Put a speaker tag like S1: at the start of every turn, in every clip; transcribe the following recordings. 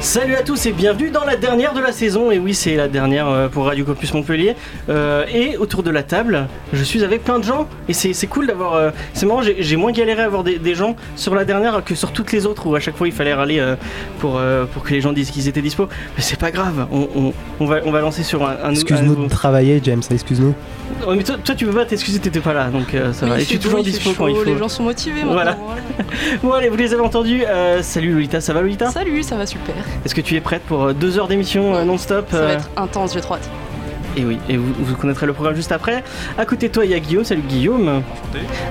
S1: Salut à tous et bienvenue dans la dernière de la saison. Et oui, c'est la dernière euh, pour Radio Campus Montpellier. Euh, et autour de la table, je suis avec plein de gens. Et c'est c'est cool d'avoir. euh, c'est marrant, j'ai j'ai moins galéré à avoir des, des gens sur la dernière que sur toutes les autres où à chaque fois il fallait râler euh, pour, euh, pour que les gens disent qu'ils étaient dispo. Mais c'est pas grave, on, on- on va, on va lancer sur un, un nou- un
S2: Excuse-nous
S1: nouveau-
S2: de travailler, James, excuse-nous.
S1: Oh, mais toi, toi, tu peux pas t'excuser, t'étais pas là. Donc euh, ça va.
S3: Oui,
S1: Et
S3: il
S1: tu es
S3: fait
S1: toujours
S3: beau, il fait
S1: dispo quand il
S3: chaud,
S1: faut.
S3: Les gens sont motivés maintenant.
S1: Voilà.
S3: voilà.
S1: Bon, allez, vous les avez entendus. Euh, salut Lolita, ça va Lolita
S3: Salut, ça va super.
S1: Est-ce que tu es prête pour euh, deux heures d'émission euh, non-stop
S3: Ça
S1: euh,
S3: va être intense, j'ai trop hâte.
S1: Et oui, et vous, vous connaîtrez le programme juste après. À côté de toi, il y a Guillaume. Salut Guillaume.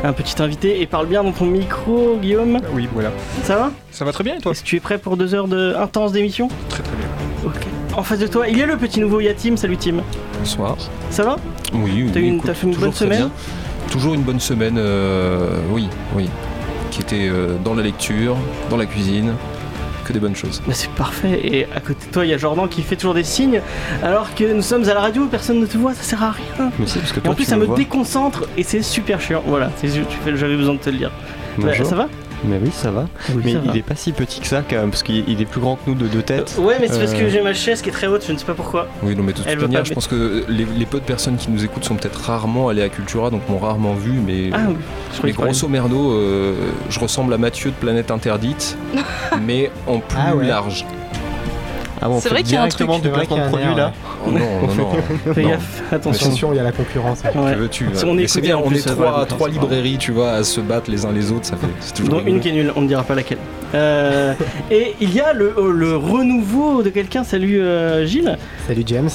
S1: Un petit invité. Et parle bien dans ton micro, Guillaume.
S4: Oui, voilà.
S1: Ça va
S4: Ça va très bien et toi
S1: Est-ce que tu es prêt pour deux heures de intense d'émission
S4: Très très bien.
S1: Ok. En face de toi, il y a le petit nouveau Yatim. Salut Tim.
S5: Bonsoir.
S1: Ça va
S5: Oui, oui.
S1: T'as eu une-
S5: écoute,
S1: t'as fait une
S5: toujours
S1: bonne
S5: très
S1: semaine
S5: bien. Toujours une bonne semaine, euh, oui, oui. Qui était euh, dans la lecture, dans la cuisine, que des bonnes choses.
S1: Bah, C'est parfait. Et à côté de toi, il y a Jordan qui fait toujours des signes. Alors que nous sommes à la radio, personne ne te voit, ça sert à rien.
S5: Mais si, parce que
S1: Et
S5: toi,
S1: en plus,
S5: tu
S1: ça me
S5: vois.
S1: déconcentre et c'est super chiant. Voilà, c'est- tu fais- j'avais besoin de te le dire. Bah,
S6: Bonjour.
S1: ça va
S6: Mais oui, ça va.
S1: Oui,
S6: mais
S1: ça
S6: il
S1: va.
S6: est pas si petit que ça quand même, parce qu'il il est plus grand que nous de deux têtes.
S1: Euh, ouais, mais c'est parce que
S6: Euh.
S1: j'ai ma chaise qui est très haute, je ne sais pas pourquoi.
S5: Oui, non, mais de toute
S1: Elle veut
S5: manière,
S1: pas-
S5: je pense que les, les peu de personnes qui nous écoutent sont peut-être rarement allées à Cultura, donc m'ont rarement vu, mais.
S1: Ah, oui. je
S5: mais
S1: croyais que tu
S5: grosso merdo, euh, je ressemble à Mathieu de Planète Interdite, mais en plus
S2: Ah ouais.
S5: large.
S1: Oh,
S6: Ah bon,
S3: C'est vrai qu'il y a un truc,
S6: directement
S2: c'est
S6: du
S2: vrai
S6: placement de
S2: qu'il y a un
S6: produit
S2: air,
S6: là.
S5: Oh non, non, non.
S1: parlais. Fais
S5: Non.
S1: gaffe, attention.
S2: Attention, il y a la concurrence.
S1: Ouais.
S5: Que veux-tu euh,
S1: Si on
S5: Mais
S1: est
S5: C'est
S1: écouté,
S5: bien,
S1: en
S5: on
S1: plus,
S5: est
S1: ça va,
S5: trois,
S1: donc,
S5: trois
S1: c'est pas grave.
S5: librairies, tu vois, à se battre les uns les autres, ça fait. C'est toujours
S1: Dont une qui est nulle, on ne dira pas laquelle. Euh, et il y a le, euh, le renouveau de quelqu'un, salut euh, Gilles,
S2: Salut James,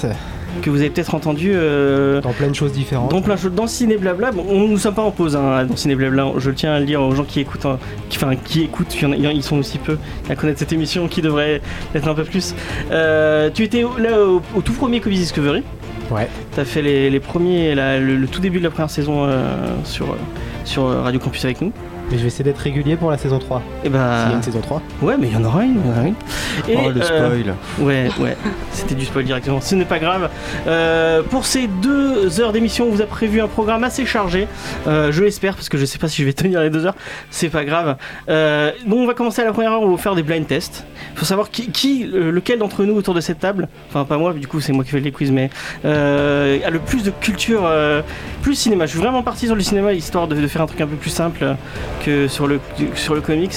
S1: que vous avez peut-être entendu euh,
S2: dans plein de choses différentes.
S1: dans plein de choses, dans Ciné Blabla. Bon, on ne nous sommes pas en pause hein, dans Ciné Blabla, je tiens à le dire aux gens qui écoutent, hein, qui, enfin qui écoutent, il y en a- il y en- ils sont aussi peu à connaître cette émission, qui devrait être un peu plus. Euh, tu étais au- là au, au tout premier Covid Discovery
S2: Ouais.
S1: T'as fait les, les premiers, la- le, le tout début de la première saison euh, sur, euh, sur euh, Radio Campus avec nous.
S2: Mais je vais essayer d'être régulier pour la saison 3.
S1: Et
S2: S'il y a
S1: bah,
S2: une saison 3.
S1: ouais, mais il y en aura une, il y en aura une. Et,
S6: Oh le
S1: euh,
S6: spoil.
S1: Ouais, ouais, c'était du spoil directement, ce n'est pas grave. Euh, pour ces deux heures d'émission, on vous a prévu un programme assez chargé, Euh, je l'espère, parce que je sais pas si je vais tenir les deux heures, c'est pas grave. Euh, donc on va commencer à la première heure, on va vous faire des blind tests. faut savoir qui, qui, euh, lequel d'entre nous autour de cette table, enfin pas moi, du coup c'est moi qui fais les quiz, mais euh, a le plus de culture, euh, plus cinéma. Je suis vraiment parti sur le cinéma, histoire de, de faire un truc un peu plus simple euh, que sur le, sur le comics.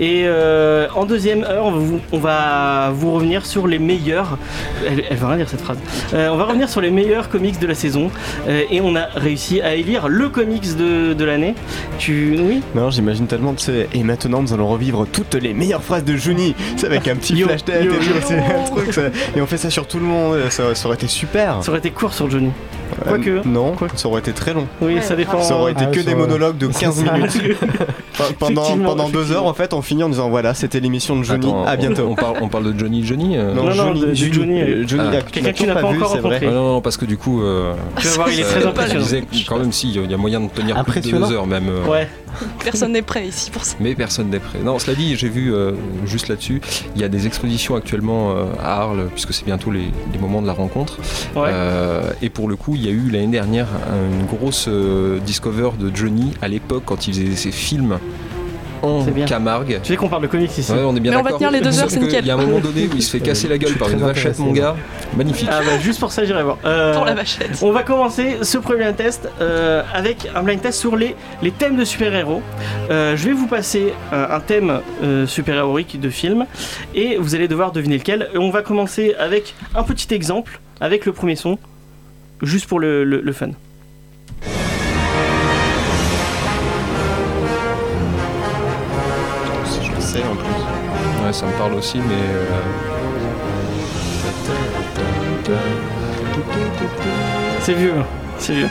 S1: Et euh, en deuxième heure, on va, vous, on va vous revenir sur les meilleurs. Elle, elle va rien dire cette phrase. Euh, on va revenir sur les meilleurs comics de la saison. Euh, et on a réussi à élire le comics de, de l'année. Tu. Oui
S6: Non, j'imagine tellement de ces. Et maintenant, nous allons revivre toutes les meilleures phrases de Juni. C'est avec un petit
S1: Yo,
S6: flash tête et
S1: yo,
S6: tout,
S1: yo.
S6: c'est un truc. ça. Et on fait ça sur tout le monde. euh, Ça, ça aurait été super.
S1: Ça aurait été court sur Johnny.
S6: Ah. Euh,
S1: quoique.
S6: non, ça aurait été très long.
S1: Oui,
S3: Ouais,
S1: Oh, ça dépend.
S6: Ça aurait été
S2: Ah,
S6: que
S2: ça
S6: des
S2: aurait-
S6: monologues de
S1: C'est
S6: 15
S1: ça.
S6: minutes. Pe- Pendant,
S1: Effectivement,
S6: pendant
S1: effectivement.
S6: deux
S1: Oh.
S6: heures, en fait, on finit en disant voilà, c'était l'émission de Johnny.
S5: Attends,
S6: à
S5: on-
S6: bientôt.
S5: On parle, on parle de Johnny Johnny euh,
S1: Non, non, de- de Johnny,
S6: euh,
S1: euh,
S6: Johnny,
S5: ah.
S6: là, tu
S1: Quelqu'un
S6: l'as
S1: que tu n'as
S6: toujours
S1: pas encore
S6: vu, c'est vrai.
S1: rencontré.
S5: Ah, non, non, parce que du coup. euh,
S1: Tu vas voir, il est
S5: ça-
S1: très
S5: je
S1: impressionnant.
S5: disais que quand même, si, il y a moyen de tenir plus de
S2: Impressionnant.
S5: deux heures même. euh,
S1: Ouais.
S3: Personne n'est prêt ici pour ça.
S5: Mais personne n'est prêt. Non, cela dit, j'ai vu euh, juste là-dessus, il y a des expositions actuellement euh, à Arles, puisque c'est bientôt les, les moments de la rencontre.
S1: Ouais.
S5: Euh, et pour le coup, il y a eu l'année dernière une grosse euh, discover de Johnny à l'époque quand il faisait ses films en
S1: C'est bien.
S5: Camargue.
S1: Tu sais qu'on parle de comics ici.
S5: Ouais, on est bien
S3: Mais on va
S5: d'accord.
S3: tenir les deux
S5: Sauf
S3: heures, c'est
S5: que
S3: nickel.
S5: Il y a un moment donné où il se fait casser la
S2: Je
S5: gueule
S2: suis
S5: par une
S2: très
S5: vachette, mon gars. Magnifique.
S1: Ah bah juste pour ça, j'irai voir. Euh,
S3: Pour la vachette.
S1: On va commencer ce premier test euh, avec un blind test sur les, les thèmes de super-héros. Euh, je vais vous passer euh, un thème euh, super-héroïque de film et vous allez devoir deviner lequel. Et on va commencer avec un petit exemple, avec le premier son, juste pour le, le- le fun.
S6: Je le sais en plus.
S5: Ouais, ça me parle aussi, mais. euh,
S1: C'est vieux, hein, c'est vieux.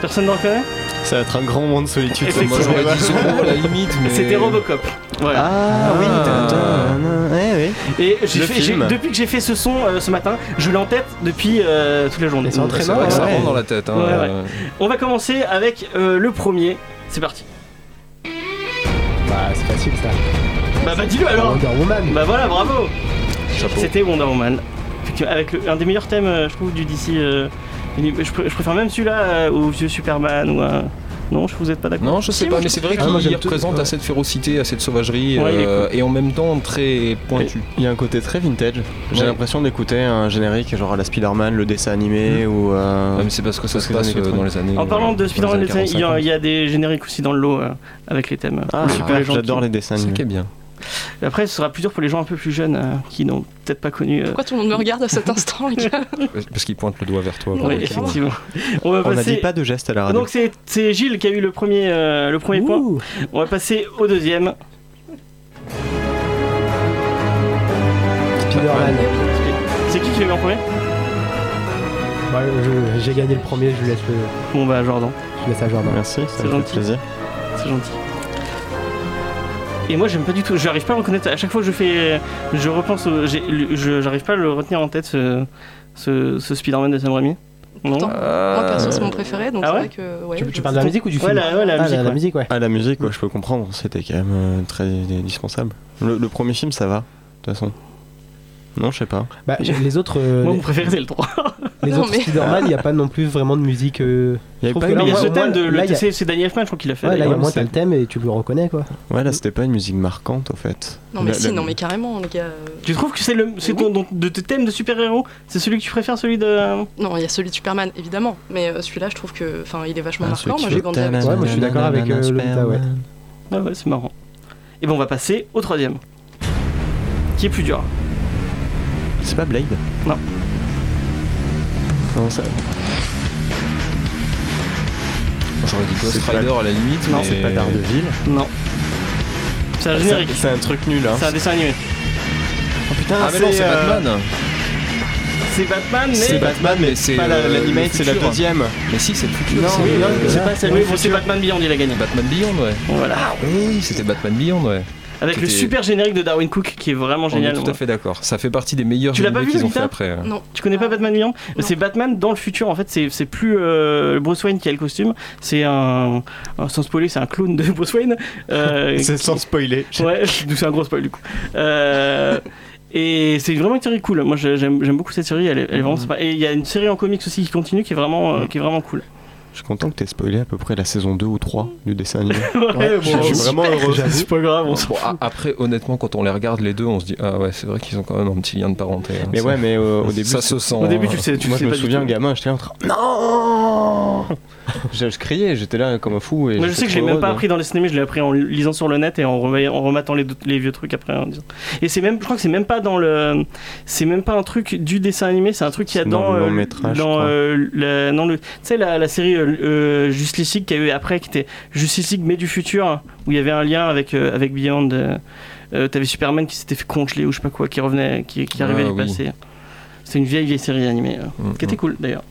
S1: Personne ne le reconnaît
S6: Ça va être un grand moment de solitude.
S1: Effectivement.
S5: Moi j'aurais dit Zorro à la limite, mais.
S1: C'était Robocop. Voilà.
S6: Ah, oui,
S5: Ah.
S6: tadam, eh oui.
S1: Et j'ai
S6: Le
S1: fait- j'ai-
S6: film.
S1: depuis que j'ai fait ce son euh, ce matin, je l'ai en tête depuis euh, toute la journée.
S2: Et c'est entraînant,
S5: C'est vrai que ça
S6: Ouais.
S5: rentre dans la tête. hein.
S1: Ouais, ouais. On va commencer avec euh, le premier. C'est parti.
S2: Bah, c'est facile ça.
S1: Bah, bah dis-le alors
S2: Wonder Woman.
S1: Bah voilà, bravo
S5: Chapeau.
S1: C'était Wonder Woman. Effectivement, Avec le- un des meilleurs thèmes, euh, je trouve, du DC. euh, uni- je, pr- je préfère même celui-là euh, au vieux Superman ou à. Non, je vous êtes pas d'accord.
S5: Non, je sais
S3: Si,
S5: pas,
S3: moi,
S5: mais
S3: je
S5: c'est vrai
S2: préfère. Ah, moi,
S5: qu'il
S2: j'aime tout,
S5: représente
S2: ouais.
S5: à cette férocité, à cette sauvagerie,
S1: Ouais, il est
S5: euh, et en même temps très pointu.
S6: Il y a un côté très vintage. J'ai
S5: Ouais.
S6: l'impression d'écouter un générique genre à la Spider-Man, le dessin animé ou. euh,
S5: Ah, mais c'est parce que ça
S6: Parce
S5: se
S6: que dans
S5: passe
S6: les
S5: euh, dans les années.
S1: En parlant de Spider-Man,
S5: années
S1: il y, a- il y a des génériques aussi dans le lot euh, avec les thèmes.
S6: Ah,
S1: Pour les
S6: super,
S1: gens
S6: j'adore
S1: qui-
S6: les dessins
S5: C'est ça
S6: animés.
S5: qui est bien.
S1: Après, ce sera plus dur pour les gens un peu plus jeunes euh, qui n'ont peut-être pas connu. euh,
S3: Pourquoi tout le monde me regarde à cet instant, les gars
S5: Parce qu'il pointe le doigt vers toi.
S1: oui,
S5: pardon.
S1: effectivement. On va
S6: On n'a
S1: passer-
S6: dit pas de geste à la radio.
S1: Donc c'est c'est Gilles qui a eu le premier, euh, le premier point.
S2: Ouh.
S1: On va passer au deuxième.
S2: Spider-Man.
S1: C'est qui qui l'a eu en premier
S2: Bah, je- J'ai gagné le premier, je laisse, le,
S1: Bon bah Jordan,
S2: je laisse Ah, à Jordan.
S6: Merci, ça
S1: C'est
S6: me
S1: gentil.
S6: fait plaisir.
S1: c'est gentil. Et moi j'aime pas du tout, j'arrive pas à le reconnaître. À chaque fois que je fais, je repense, au- j'ai- le- je- j'arrive pas à le retenir en tête ce, ce, ce Spider-Man de Sam Raimi. Non.
S3: Pourtant, Moi, perso, c'est mon préféré, donc
S1: euh, Ah
S3: c'est
S1: ouais
S3: vrai que. Ouais,
S2: Tu, tu
S3: je-
S2: parles de la musique ou du
S1: Ouais,
S2: film
S1: la- ouais, la
S2: Ah,
S1: musique, ouais.
S2: ouais.
S6: À la musique, quoi, je peux comprendre, c'était quand même euh, très indispensable. Le, le premier film, ça va, de toute façon. Non, je sais pas.
S2: Bah, j'ai- les autres, euh,
S1: Moi
S2: les-
S1: mon préféré c'est le 3.
S2: les,
S3: Non,
S2: autres
S3: mais-
S2: Spider-Man, il n'y a pas non plus vraiment de musique. euh, Je
S6: Il y avait
S2: trouve
S6: pas
S2: que
S6: eu-
S2: là,
S1: Il y a
S2: moi-
S1: ce
S2: moi,
S1: thème de, le-
S2: là, il y a-
S1: c'est c'est Danny Elfman je crois qu'il a fait.
S2: Ouais, là, il y a
S6: ouais,
S2: moins
S6: c'est-
S2: t'as le thème et tu le reconnais quoi.
S6: Ouais, là, c'était pas une musique marquante, au fait.
S3: Non, mais
S6: La- Ah,
S3: si,
S6: la-
S3: non, mais carrément, les gars. euh,
S1: Tu trouves que c'est le, c'est ton, ton- de tes thèmes de super-héros, c'est celui que tu préfères, celui de.
S3: Non, il y a celui de Superman, évidemment, mais euh, celui-là, je trouve que. Enfin, il est vachement
S6: Ah, celui
S3: marquant.
S6: qui
S3: Moi,
S6: fait
S3: j'ai grandi avec.
S2: Ouais, moi, je suis d'accord avec, euh, le
S6: Superman.
S2: ouais.
S1: Ah ouais, c'est marrant. Et ben on va passer au troisième, qui est plus dur.
S6: C'est pas Blade
S1: Non.
S6: Non, ça...
S5: J'aurais dit Ghost
S6: C'est pas-
S5: Rider à la limite.
S1: Non,
S5: mais-
S6: c'est pas Daredevil.
S1: Non. C'est un
S6: C'est
S1: générique.
S6: c'est un truc nul, hein.
S1: C'est un dessin animé.
S6: Oh, putain,
S5: Ah, mais non, c'est
S6: euh,
S5: Batman.
S1: C'est Batman, mais.
S6: C'est Batman, mais c'est pas la-
S5: euh,
S6: l'animate,
S5: le
S6: c'est la
S5: futur.
S6: deuxième.
S5: Mais si, c'est le futur.
S6: Non,
S5: c'est-
S6: oui, non,
S5: euh,
S6: c'est
S1: pas
S6: c'est
S1: Oui,
S6: le
S1: bon, c'est
S6: futur.
S1: Batman Beyond, il a gagné.
S5: Batman Beyond, ouais.
S1: Voilà.
S5: Oui, c'était Batman Beyond, ouais.
S1: Avec le
S5: C'était-
S1: super générique de Darwin Cook qui est vraiment
S5: On est
S1: génial.
S5: Oh, tout à fait d'accord. Ça fait partie des meilleurs
S1: Tu l'as pas
S5: animés
S1: vu,
S5: qu'ils ont
S1: Lolita Mm.
S5: fait après. hein.
S1: Tu connais pas Batman Beyond C'est Batman dans le futur en fait, c'est c'est plus euh, Bruce Wayne qui a le costume, c'est un, un- sans spoiler, c'est un clone de Bruce Wayne. euh,
S6: C'est
S1: qui-
S6: sans spoiler.
S1: Ouais, donc c'est un gros spoil du coup. Euh, et c'est vraiment une série cool. Moi j'ai- j'aime j'aime beaucoup cette série, elle est, elle est
S5: Mm-hmm.
S1: vraiment sympa. Et il y a une série en comics aussi qui continue qui est vraiment, euh, qui est vraiment cool.
S6: Je suis content que t'aies spoilé à peu près la saison 2 ou 3 du dessin animé.
S1: Ouais,
S6: je suis vraiment heureux.
S1: C'est pas grave, on s'en
S5: Bon, a- après, honnêtement, quand on les regarde les deux, on se dit Ah ouais, c'est vrai qu'ils ont quand même un petit lien de parenté. hein.
S6: Mais
S5: Ça-
S6: ouais, mais euh, au début,
S5: ça se sent.
S1: Au début,
S5: hein.
S1: tu le sais, tu
S6: Moi,
S1: le sais
S6: je me
S1: pas du
S6: souviens,
S1: tout.
S6: gamin, j'étais là en train. Non je, je criais, j'étais là comme un fou. Et
S1: Moi, je sais que je l'ai même pas appris dans les cinémas, je l'ai appris en lisant sur le net et en, rema- en remettant les, les vieux trucs après. en disant. Et c'est même, je crois que c'est même pas dans le, c'est même pas un truc du dessin animé, c'est un truc qu'il y a
S6: C'est dans
S1: dans,
S6: le
S1: euh,
S6: long-métrage, je
S1: dans
S6: crois.
S1: euh, la, non, le, tu sais la, la série euh, euh, Justice League qu'il y a eu après, qui était Justice League mais du futur, où il y avait un lien avec euh, avec Beyond. euh, euh, T'avais Superman qui s'était fait congeler ou je sais pas quoi, qui revenait, qui, qui arrivait du
S5: Ah, oui.
S1: passé. C'est une vieille vieille série animée, euh,
S5: Mm,
S1: qui était cool d'ailleurs.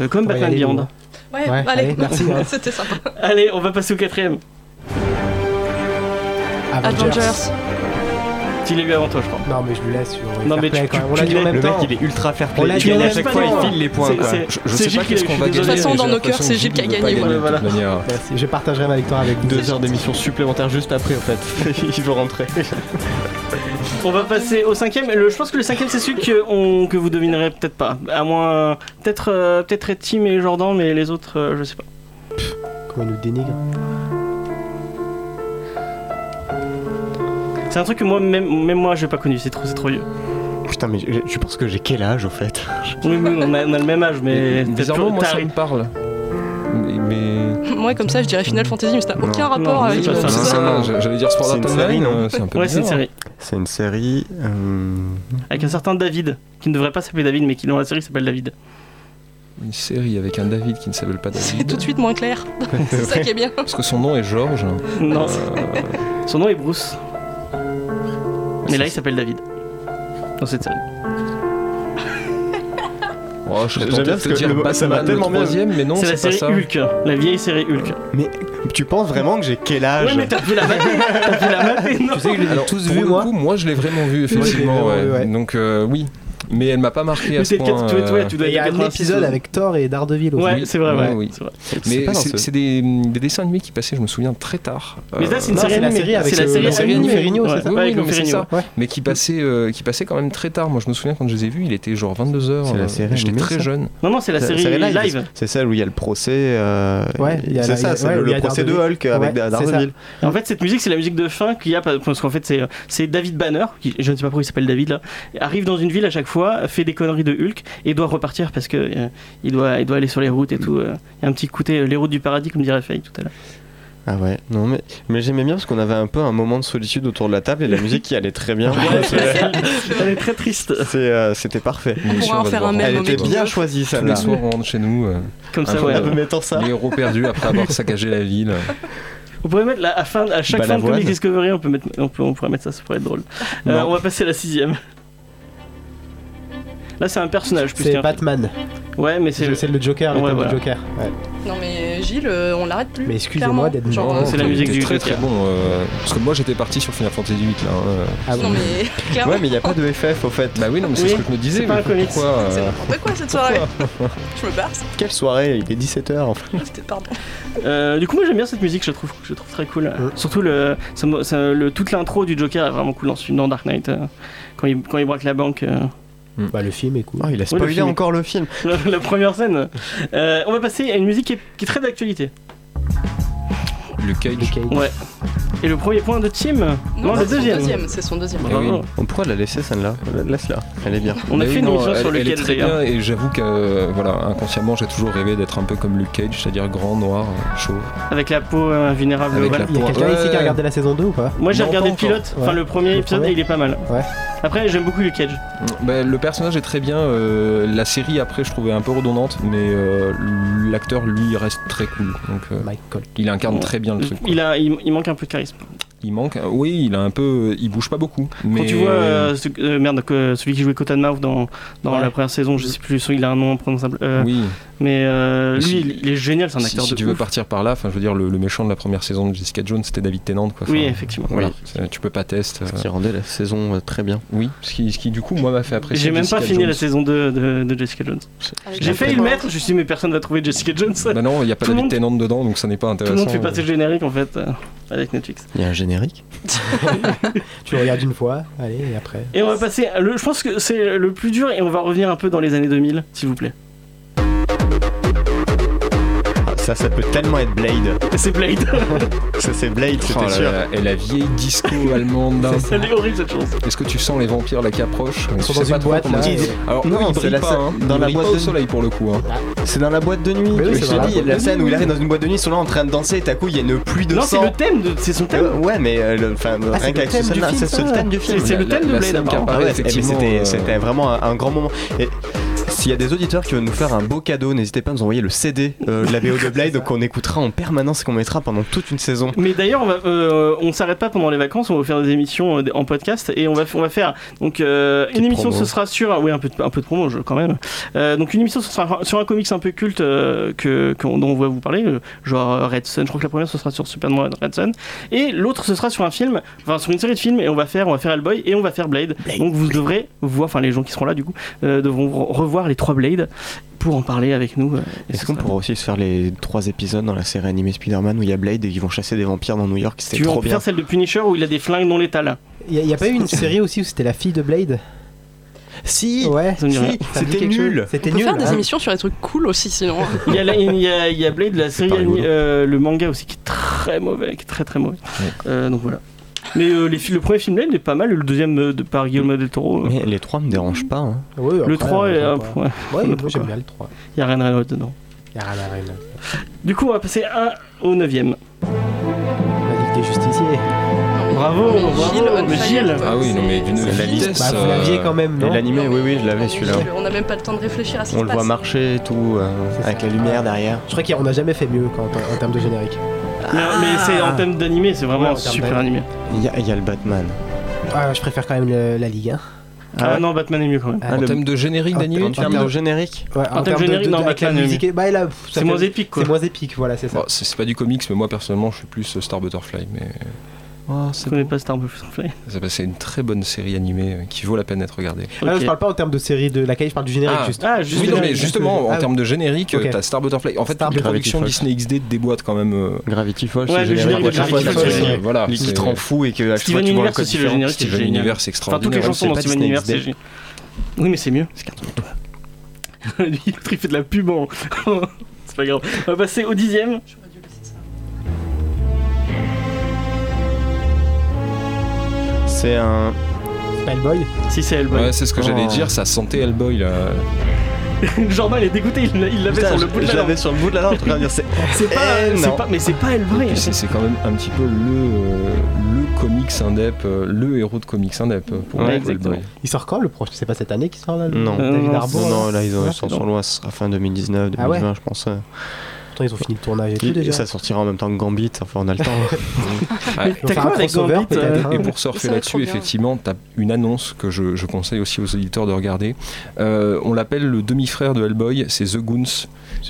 S1: Euh, comme
S2: On va y
S1: Batman
S2: aller,
S1: Beyond.
S2: nous, hein.
S3: Ouais,
S2: Ouais,
S3: allez,
S2: allez, merci, hein.
S3: c'était sympa.
S1: Allez, on va passer au quatrième.
S3: Avengers.
S1: Tu l'as eu avant toi, je crois.
S2: Non mais je le laisse sur.
S1: Non,
S2: fair
S1: mais
S2: play,
S1: tu-
S2: quand même.
S1: tu-
S2: on l'a
S1: tu
S2: dit en
S1: l'as-
S2: même
S6: Le mec,
S2: temps.
S6: il est ultra fair
S2: On l'a
S6: play.
S2: dit
S6: Tu gagnes
S2: en
S6: à
S2: même
S6: chaque
S2: temps.
S6: fois, il file les points.
S1: C'est-
S6: quoi.
S1: c'est-
S5: Je, je
S1: c'est
S5: sais
S1: Gilles
S5: pas
S1: qui
S5: qu'est-ce
S1: l'a-
S5: qu'on
S1: je
S5: va
S1: suis désolé.
S5: gagner.
S3: De toute façon,
S5: mais
S3: dans
S5: j'ai
S3: nos cœurs,
S5: l'impression
S3: c'est Gilles
S5: que
S3: qui a
S5: je vais
S3: gagné,
S5: pas gagner
S1: voilà,
S5: de toute manière.
S2: Merci. Je partagerai même avec toi avec deux.
S6: Deux heures d'émission supplémentaire juste après, en fait. il veut rentrer.
S1: On va passer au cinquième. Le- je pense que le cinquième, c'est celui que, on- que vous devinerez peut-être pas. À moins. Peut-être euh, peut-être Red Team et Jordan, mais les autres, euh, je sais pas.
S2: Comment il nous dénigre
S1: C'est un truc que moi, même, même moi, j'ai pas connu. C'est trop, c'est trop vieux.
S6: Putain, mais je, je pense que j'ai quel âge, au fait
S1: Oui, oui, on a, on a le même âge, mais. peut-être
S5: Bizarrement,
S1: plus-
S5: moi,
S1: t'as-
S5: ça me parle. Mais. mais-
S3: Moi, comme ça, je dirais Final Fantasy, mais ça n'a
S6: Non.
S3: aucun rapport
S1: Non,
S3: avec
S1: c'est pas
S3: euh,
S1: ça.
S3: tout
S1: Non,
S3: ça.
S5: Ah, j- J'allais dire Sword
S6: C'est
S5: Art
S6: une série,
S5: Online,
S6: non
S5: euh, c'est un peu
S1: Ouais, c'est une
S5: bizarre.
S1: série.
S6: C'est une série. euh,
S1: Avec un certain David, qui ne devrait pas s'appeler David, mais qui dans la série s'appelle David.
S5: Une série avec un David qui ne s'appelle pas
S3: C'est
S5: David.
S3: tout de suite moins clair. c'est ça qui est bien.
S5: Parce que son nom est Georges.
S1: Non.
S5: Euh, Ah,
S1: Son nom est Bruce. Mais
S5: c'est-
S1: là, il s'appelle David. Dans cette série.
S5: Oh, je serais tenté
S6: J'aime bien
S5: de
S6: parce
S5: te
S6: que
S5: dire
S6: le- ça va
S5: Batman le
S6: tellement bien.
S5: troisième, mais non,
S1: C'est la
S5: c'est pas
S1: série
S5: ça.
S1: Hulk. La vieille série Hulk.
S6: Mais tu penses vraiment que j'ai quel âge
S1: Ouais, mais t'as vu la mater T'as vu la mater, non
S2: Tu sais que je les ai
S5: Alors,
S2: tous
S5: pour
S2: vus
S5: le
S2: moi.
S5: coup, moi je l'ai vraiment vu,
S2: l'ai
S5: effectivement.
S2: vraiment vu,
S5: ouais.
S2: ouais.
S5: Donc, euh, oui. mais elle m'a pas marqué à
S1: Mais c'est
S5: ce
S1: le
S5: point.
S1: quatre- tu vois- tu vois,
S5: euh,
S1: tu
S2: Il
S1: dois
S2: y a
S1: être
S2: un
S1: 86,
S2: épisode
S1: euh,
S2: avec Thor et Daredevil aussi.
S1: Ouais, c'est vrai,
S5: Ouais,
S1: ouais,
S5: oui.
S1: c'est vrai.
S2: Euh,
S5: Mais
S6: pas dans
S5: c'est
S6: ce-
S5: c'est des, des dessins animés qui passaient, je me souviens, très tard. Euh,
S1: Mais là, c'est une
S2: Non,
S1: série
S2: c'est la
S1: animée.
S2: série avec
S1: C'est la
S2: le-
S1: série
S2: la série
S1: animée.
S2: Ferrigno,
S1: Ouais,
S2: c'est ça
S5: Oui,
S1: ouais, avec
S5: oui,
S1: le
S5: non, mais c'est
S1: Ferrigno.
S5: ça. Mais qui passait, euh, qui passait quand même très tard. Moi, je me souviens quand je les ai vus, il était genre 22h.
S6: C'est la série
S5: J'étais
S6: animée,
S5: très
S6: ça
S5: jeune.
S1: Non, non, c'est la série live.
S6: C'est celle où il y a le procès. euh,
S2: Ouais, il y a
S6: c'est
S2: la-
S6: ça,
S2: il y a-
S6: c'est
S2: ouais,
S6: le,
S2: il y a
S6: le procès de
S2: Daredevil.
S6: Hulk avec
S2: Ouais, c'est ça.
S6: Daredevil.
S1: Et En fait, cette musique, c'est la musique de fin qu'il y a, parce qu'en fait, c'est, euh, c'est David Banner, qui, je ne sais pas pourquoi il s'appelle David là, arrive dans une ville à chaque fois, fait des conneries de Hulk et doit repartir parce que euh, il doit, il doit aller sur les routes et tout. euh. Il y a un petit côté euh, les routes du paradis, comme dirait Faye tout à l'heure.
S6: Ah ouais, non mais, mais j'aimais bien parce qu'on avait un peu un moment de solitude autour de la table et la musique qui allait très bien. C'est-
S1: Elle est très triste.
S6: c'est, euh, C'était parfait.
S5: Bien sûr,
S3: pourra en
S5: va
S3: faire un
S5: devoir voir.
S3: mème
S6: Elle
S3: au
S6: était
S3: making
S6: bien
S3: of.
S6: choisie
S5: Tous les
S6: celle-là.
S5: soirs, on rentre chez nous. euh,
S1: Comme ça,
S5: Incroyable.
S1: ouais.
S6: En me mettant ça.
S5: Les héros perdus après avoir saccagé la ville.
S1: On pourrait mettre la, à, fin, à chaque fin de
S6: Balavoine.
S1: Comics Discovery, on, peut mettre, on, peut, on pourrait mettre ça, ça pourrait être drôle. Euh,
S6: Non.
S1: on va passer à la sixième. Là, c'est un personnage plus
S2: C'est
S1: qu'un-
S2: Batman.
S1: Ouais, mais c'est.
S2: C'est
S1: le-
S2: c'est le Joker, le
S1: Ouais,
S2: thème du
S1: voilà.
S2: Joker. Ouais.
S3: Non mais Gilles, euh, on l'arrête plus.
S2: Mais excusez-moi
S3: clairement.
S2: d'être
S3: Genre,
S2: Non,
S3: euh,
S1: c'est la
S5: il
S1: musique
S5: était
S1: du
S5: très
S1: Joker.
S5: très bon. euh, parce que moi, j'étais parti sur Final Fantasy VIII. Là, hein, euh.
S2: Ah
S3: Non
S2: bon.
S3: mais clairement.
S6: Ouais, mais il n'y a pas de FF au fait.
S5: Bah oui, non, mais c'est
S1: Oui,
S5: ce que je me disais.
S1: c'est pas
S5: mais
S1: un comics.
S5: pourquoi, euh,
S3: C'est n'importe quoi cette soirée. Je me barre, c'est-
S6: Quelle soirée Il est 17h en fait.
S3: c'était pardon.
S1: Euh, du coup, moi j'aime bien cette musique, je la trouve, je la trouve très cool.
S2: Mm.
S1: Surtout le, ça me- ça- le- toute l'intro du Joker est vraiment cool dans, ce- dans Dark Knight. euh, quand, il, quand il braque la banque, euh,
S2: Bah, le film est cool.
S6: Oh, il a
S1: Oui, le
S6: spoilé
S1: film est-
S6: encore le film.
S1: la, la première scène. Euh, on va passer à une musique qui est, qui est très d'actualité.
S5: Luke Cage.
S2: Le Cage.
S1: Ouais. Et le premier point de Tim Non, le
S3: c'est son
S1: deuxième.
S3: c'est son deuxième.
S6: Ah
S5: Eh oui.
S1: Bravo.
S6: On pourrait la laisser celle-là. Laisse-la. Elle est bien.
S1: On a
S5: Mais
S1: fait
S5: bah oui,
S1: une
S5: non,
S1: émission
S5: elle-
S1: sur
S5: elle est
S1: lequel
S5: très
S1: d'ailleurs.
S5: bien et j'avoue que euh, voilà inconsciemment j'ai toujours rêvé d'être un peu comme Luke Cage, c'est-à-dire grand, noir, euh, chauve.
S1: Avec la peau euh, vulnérable.
S5: Avec
S1: voilà.
S5: la
S2: Il y a
S5: Ouais.
S2: quelqu'un ici qui a regardé la saison 2 ou pas
S1: Moi j'ai
S5: Non,
S1: regardé
S5: pas
S1: le pilote,
S2: encore.
S1: enfin
S2: Ouais.
S1: le premier
S2: Le
S1: épisode
S2: premier.
S1: et il est pas mal.
S2: Ouais.
S1: Après j'aime beaucoup Luke Cage.
S5: Ben, le personnage est très bien. euh, la série après je trouvais un peu redondante, mais euh, l'acteur lui reste très cool. Donc euh,
S2: Michael.
S5: il incarne
S1: Ouais.
S5: très bien le truc. quoi.
S1: Il, a, il, il manque un peu de charisme.
S5: Il manque, oui, il a un peu, euh, il bouge pas beaucoup. Mais
S1: Quand tu vois euh, ce- euh, merde, que- celui qui jouait Cotton Mouth dans, dans
S2: Ouais.
S1: la première saison, je sais plus, son- il a un nom imprononçable. euh,
S5: oui,
S1: Mais euh, lui,
S5: Mais si-
S1: il, il est génial, c'est un
S5: si,
S1: acteur
S5: si
S1: de
S5: tu veux
S1: ouf.
S5: partir par là, enfin je veux dire le, le méchant de la première saison de Jessica Jones, c'était David Tennant quoi.
S1: Oui,
S5: Enfin,
S1: effectivement.
S5: voilà,
S1: Oui.
S5: c'est- tu peux pas test. euh,
S6: Ce qui rendait la saison euh, très bien.
S5: oui, ce qui, ce qui du coup moi m'a fait apprécier.
S1: J'ai même pas
S5: Jessica
S1: fini
S5: Jones.
S1: la saison 2 de, de Jessica Jones.
S3: Avec
S1: J'ai
S3: la
S1: failli le
S3: photo.
S1: mettre, je me suis dit, mais personne va trouver Jessica Jones.
S5: Bah non, il n'y a pas
S1: Tout le
S5: David
S1: monde-
S5: Tennant dedans, donc ça n'est pas
S1: Tout
S5: intéressant.
S1: le monde fait passer le générique en fait euh, avec Netflix.
S6: Il y a un générique.
S2: Tu le regardes une fois, allez, et après.
S1: Et on va passer. à Le, je pense que c'est le plus dur et on va revenir un peu dans les années 2000, s'il vous plaît.
S6: Ah, ça, ça peut tellement être Blade.
S1: C'est Blade.
S6: Ça, c'est Blade,
S5: Oh
S6: c'était
S5: là
S6: sûr.
S5: là, et la vieille disco allemande. là.
S1: Elle est horrible cette chose.
S5: Est-ce que tu sens les vampires là qui approchent
S2: Ils
S5: Tu
S2: sont dans
S5: sais pas
S2: une
S5: trop
S2: boîte
S5: comment
S2: là.
S5: ils-
S2: et-
S5: Alors
S6: Non,
S5: non, il
S6: c'est
S5: brille
S6: la
S5: pas,
S6: scène-
S5: hein.
S6: dans
S5: Il
S6: la
S5: brille
S6: boîte
S5: pas au
S6: de-
S5: soleil pour le coup. hein.
S6: C'est dans la boîte de nuit.
S2: Mais oui,
S6: Je
S2: c'est
S6: te
S2: dans la
S6: dis,
S2: boîte
S6: la
S2: de
S6: scène
S2: nuit.
S6: où il arrive dans une boîte de nuit, ils sont là en train de danser et tout à coup il y a une pluie de
S1: Non, c'est
S6: sang.
S1: le thème, de- c'est son thème.
S6: Euh, ouais, mais euh, le- enfin,
S2: Ah, c'est
S6: rien
S2: le
S6: qu'avec
S2: thème
S6: ce
S2: du
S6: scène-là,
S2: film,
S6: c'est
S2: ça.
S6: le thème du film.
S1: C'est le
S5: La-
S1: thème de
S5: la
S1: Blade,
S5: scène qui
S1: apparemment.
S6: Ah
S5: apparaît,
S6: ouais, eh ben,
S5: effectivement,
S6: c'était,
S5: euh,
S6: c'était vraiment un, un grand moment. Et s'il y a des auditeurs qui veulent nous faire un beau cadeau, n'hésitez pas à nous envoyer le CD euh, de la BO de Blade qu'on écoutera en permanence et qu'on mettra pendant toute une saison.
S1: Mais d'ailleurs, on va, euh, on s'arrête pas pendant les vacances. On va faire des émissions euh, des- en podcast et on va, f- on va faire donc euh, une émission. Ce
S6: promo.
S1: sera sur ah oui un peu de, un peu de promo je- quand même. Euh, donc une émission ce sera sur un comics un peu culte euh, que, que- dont on va vous parler, euh, genre euh, Red Sun. Je crois que la première ce sera sur Superman Red Sun et l'autre ce sera sur un film, enfin sur une série de films et on va faire on va faire Hellboy et on va faire Blade. donc vous devrez voir, enfin les gens qui seront là du coup euh, devront re- revoir les trois Blades pour en parler avec nous. euh, et
S6: Est-ce
S1: ce
S6: qu'on
S1: sera-
S6: pourra aussi se faire les trois épisodes dans la série animée Spider-Man où il y a Blade et ils vont chasser des vampires dans New York C'est
S1: tu veux en
S6: trop
S1: faire
S6: bien.
S1: celle de Punisher où il a des flingues non létales
S2: Il y a- il y a pas eu une série aussi où c'était la fille de Blade
S6: Si
S2: Ouais.
S1: Ça me dit
S6: Si,
S1: rien.
S2: Ça me dit
S6: C'était
S2: quelque chose.
S6: nul
S2: C'était
S3: On peut
S2: nul.
S3: faire des
S2: hein.
S3: émissions sur des trucs cool aussi sinon.
S1: Il y a, la- il y a- il y a Blade, la série,
S6: pas rigolo.
S1: ani- euh, le manga aussi qui est très mauvais, qui est très très mauvais.
S5: Ouais.
S1: Euh, donc voilà. Mais euh, les fi- le premier film Blade est pas mal, le deuxième euh, de, par Guillaume Del Toro. euh,
S6: Mais les trois me dérangent pas. hein.
S2: Ouais, après,
S1: le 3 est.
S2: ouais,
S1: euh,
S2: pourquoi
S1: ouais,
S2: pas. Ouais,
S1: le
S2: moi,
S1: trois,
S2: j'aime
S1: quoi.
S2: bien le 3.
S1: Il y a rien à Reynolds dedans.
S2: Il y a rien à régler.
S1: Du coup, on va passer 1 au 9ème.
S2: On a dit que t'es justicier.
S1: Bravo,
S3: Mais
S1: bravo,
S3: Gilles, on
S1: mais
S3: fire,
S1: Gilles.
S3: toi,
S5: Ah oui, non,
S3: c'est-
S5: mais d'une
S3: c'est-
S6: La liste.
S5: vitesse.
S2: Bah, vous
S5: euh,
S2: l'aviez quand même,
S6: Et
S2: non
S6: l'animé, oui, oui, je l'avais celui-là.
S3: On n'a même pas le temps de réfléchir à ce qui
S6: On le
S3: se
S6: voit
S3: passe.
S6: marcher et tout, euh,
S2: C'est ça.
S6: avec la lumière derrière.
S2: Je crois qu'on n'a jamais fait mieux quand, en, en termes de générique.
S1: Mais, mais c'est en thème d'animé, c'est vraiment
S2: Ouais, en termes
S1: super
S2: d'animé.
S1: animé.
S6: Il y, a- il y a le Batman.
S2: Ah, je préfère quand même le- la Ligue. Hein.
S1: Ah,
S6: ouais.
S1: non, Batman est mieux quand même.
S2: Ah,
S5: En
S6: le-
S5: termes de générique
S2: en
S5: d'animé,
S6: En
S5: tu
S2: termes
S5: veux
S6: termes
S5: dire
S6: de générique
S2: Ouais,
S1: En termes générique, non,
S2: avec la
S1: Batman,
S2: musique. et- Bah, là, pff, ça
S1: C'est
S2: fait-
S1: moins épique quoi.
S2: C'est moins épique, voilà, c'est ça.
S5: Bon, c'est c'est pas du comics, mais moi personnellement, je suis plus euh, Star Butterfly. Mais Ah,
S1: Je
S5: c'est
S1: connais pas Starbucks en fait.
S5: Ça va, c'est une très bonne série animée euh, qui vaut la peine d'être regardée.
S2: Ah, non,
S1: Ok.
S2: je parle pas en termes de série de laquelle, je parle du générique
S5: Ah.
S2: juste.
S1: Ah, juste
S5: oui,
S2: le
S5: non,
S2: générique,
S5: mais
S2: parce
S5: justement,
S2: que-
S5: en
S2: ah,
S5: termes de générique, euh,
S2: ok.
S5: t'as Star Butterfly. En fait,
S2: Star
S5: toutes les
S6: Gravity
S5: productions
S6: Falls.
S5: Disney XD déboîtent quand même. euh,
S6: Gravity Falls,
S1: Ouais,
S6: c'est
S1: le générique
S6: générique.
S1: de
S6: à chaque fois,
S1: Gravity
S6: c'est-
S1: Falls, ouais.
S5: Voilà,
S6: Qui
S5: c'est-
S6: te rend fou et que à
S1: Steven
S6: chaque fois tu vois le
S1: Universe
S6: code
S1: aussi, le
S6: différent.
S1: générique, c'est
S5: Steven
S1: génial.
S5: Universe
S1: Enfin, toutes
S5: extraordinaire.
S1: les chansons
S6: c'est
S1: dans
S6: pas
S1: Steven
S6: Disney
S1: Universe, c'est
S6: XD.
S1: génial. Oui, mais c'est mieux. C'est carton. Lui, l'autre, il fait de la pub en. c'est pas grave. On va passer au dixième.
S3: J'aurais dû laisser ça.
S6: C'est un.
S2: Spellboy.
S1: Si c'est Hellboy.
S5: Ouais, c'est ce que j'allais
S6: Oh.
S5: dire, ça sentait Hellboy là.
S1: Jordan, il est dégoûté, il l'a- il l'avait
S6: Putain,
S1: sur
S6: je
S1: le bout de
S6: je
S1: la langue.
S6: l'avais sur le bout de la langue en train de dire c'est.
S1: C'est pas,
S6: Eh,
S1: c'est
S6: non.
S1: pas- mais c'est pas Hellboy.
S5: Puis c'est c'est quand même un petit peu le, euh, le comics indep, euh, le héros de comics indep euh, pour
S6: Ouais,
S5: moi,
S1: exactement.
S5: Hellboy.
S2: Il sort quand le proche C'est pas cette année qui sort là le-
S6: Non.
S1: Euh,
S2: David
S1: non,
S2: Harbour,
S6: Non, non, là ils, ont-
S2: Ouais,
S6: ils sont,
S2: non.
S6: sont loin, ce sera fin 2019, 2020,
S2: Ah ouais
S6: je pense.
S2: Pourtant, ils ont fini le tournage et tout
S6: Et
S2: déjà.
S6: ça sortira en même temps que Gambit, enfin on a le temps.
S5: Ouais.
S2: Ils vont
S1: T'as
S2: faire
S1: quoi
S2: un
S1: avec
S2: crossover,
S1: Gambit,
S2: peut-être,
S1: euh,
S2: hein.
S5: Et pour
S3: Ça va
S5: surfer
S3: trop
S5: là-dessus,
S3: bien.
S5: effectivement, t'as une annonce que je, je conseille aussi aux auditeurs de regarder. Euh, on l'appelle le demi-frère de Hellboy, c'est The Goons.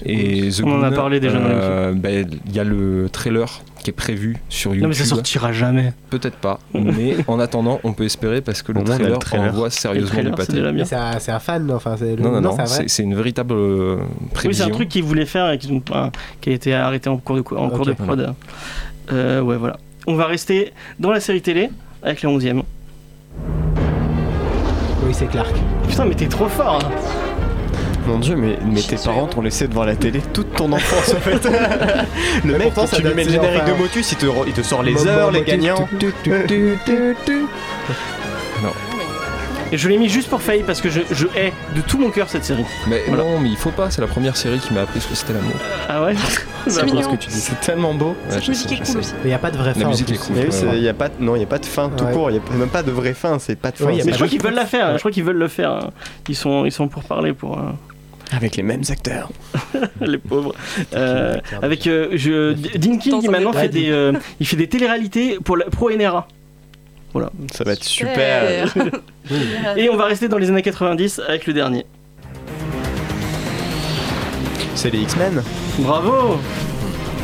S5: Et The
S1: On en a
S5: Goons,
S1: parlé déjà dans
S5: euh, ben, Il y a le trailer qui est prévu sur YouTube.
S1: Non, mais ça sortira jamais.
S5: Peut-être pas, mais en attendant, on peut espérer parce que le
S6: Au moins, on a le
S5: trailer,
S6: trailer.
S5: envoie
S1: Et le
S5: sérieusement du
S1: trailer, c'est
S5: pâté.
S1: déjà bien.
S2: Mais c'est un, c'est un fan, enfin, c'est le...
S5: Non, non, non,
S2: c'est un vrai.
S5: c'est c'est une véritable euh,
S1: Oui, c'est
S5: prévision.
S1: un truc qu'ils voulaient faire et qu'ils ont pas, qui a été arrêté en cours de, en
S2: Ok.
S1: cours de prod. Euh, ouais, voilà. On va rester dans la série télé avec la 11 e
S2: Oui, c'est Clark.
S1: Putain, mais t'es trop fort! hein.
S6: Mon dieu, mais, mais tes parents t'ont laissé devant la télé toute ton enfance en fait. le mec,
S2: pourtant,
S6: quand
S2: ça
S6: tu lui
S2: date,
S6: mets le
S2: c'est
S6: générique
S2: enfin-
S6: de Motus, il te, re- il te sort les
S2: Bon,
S6: heures,
S2: bon,
S6: les
S2: bon,
S6: gagnants.
S2: tu- tu- tu- tu- tu- tu-
S1: Et je l'ai mis juste pour Faye parce que je, je hais de tout mon cœur cette série.
S5: Mais
S1: Voilà.
S5: non, mais il faut pas, c'est la première série qui m'a appris ce que c'était l'amour.
S1: Ah ouais?
S3: C'est
S1: Bah,
S3: mignon.
S5: ce que tu dis.
S6: C'est tellement beau.
S5: Ouais,
S3: Cette
S5: je sais,
S3: musique
S5: je
S3: est
S5: sais.
S3: cool aussi.
S2: Mais il n'y a pas de vraie
S5: La
S2: fin. en
S5: musique
S2: plus.
S5: est cool.
S6: Mais oui,
S5: ouais,
S6: c'est-
S5: ouais.
S6: y a pas, de- non, il n'y a pas de fin tout
S2: Ouais.
S6: court, il n'y a même pas de vraie fin, c'est pas de fin.
S2: Ouais, y a
S6: c'est-
S1: Mais je crois
S2: Bah,
S1: qu'ils veulent la faire,
S2: ouais.
S1: je crois qu'ils veulent le faire. hein. Ils sont, ils sont pour parler pour euh,
S6: Avec les mêmes acteurs.
S1: les pauvres. Euh, avec euh, je, D- Dinkin qui
S3: T'entendais
S1: maintenant
S2: pas,
S1: fait
S2: Dean.
S1: des, euh, il fait des téléréalités pour la, pro NRA.
S6: Ça va être super.
S1: Et on va rester dans les années 90 avec le dernier.
S6: C'est les X-Men
S1: Bravo!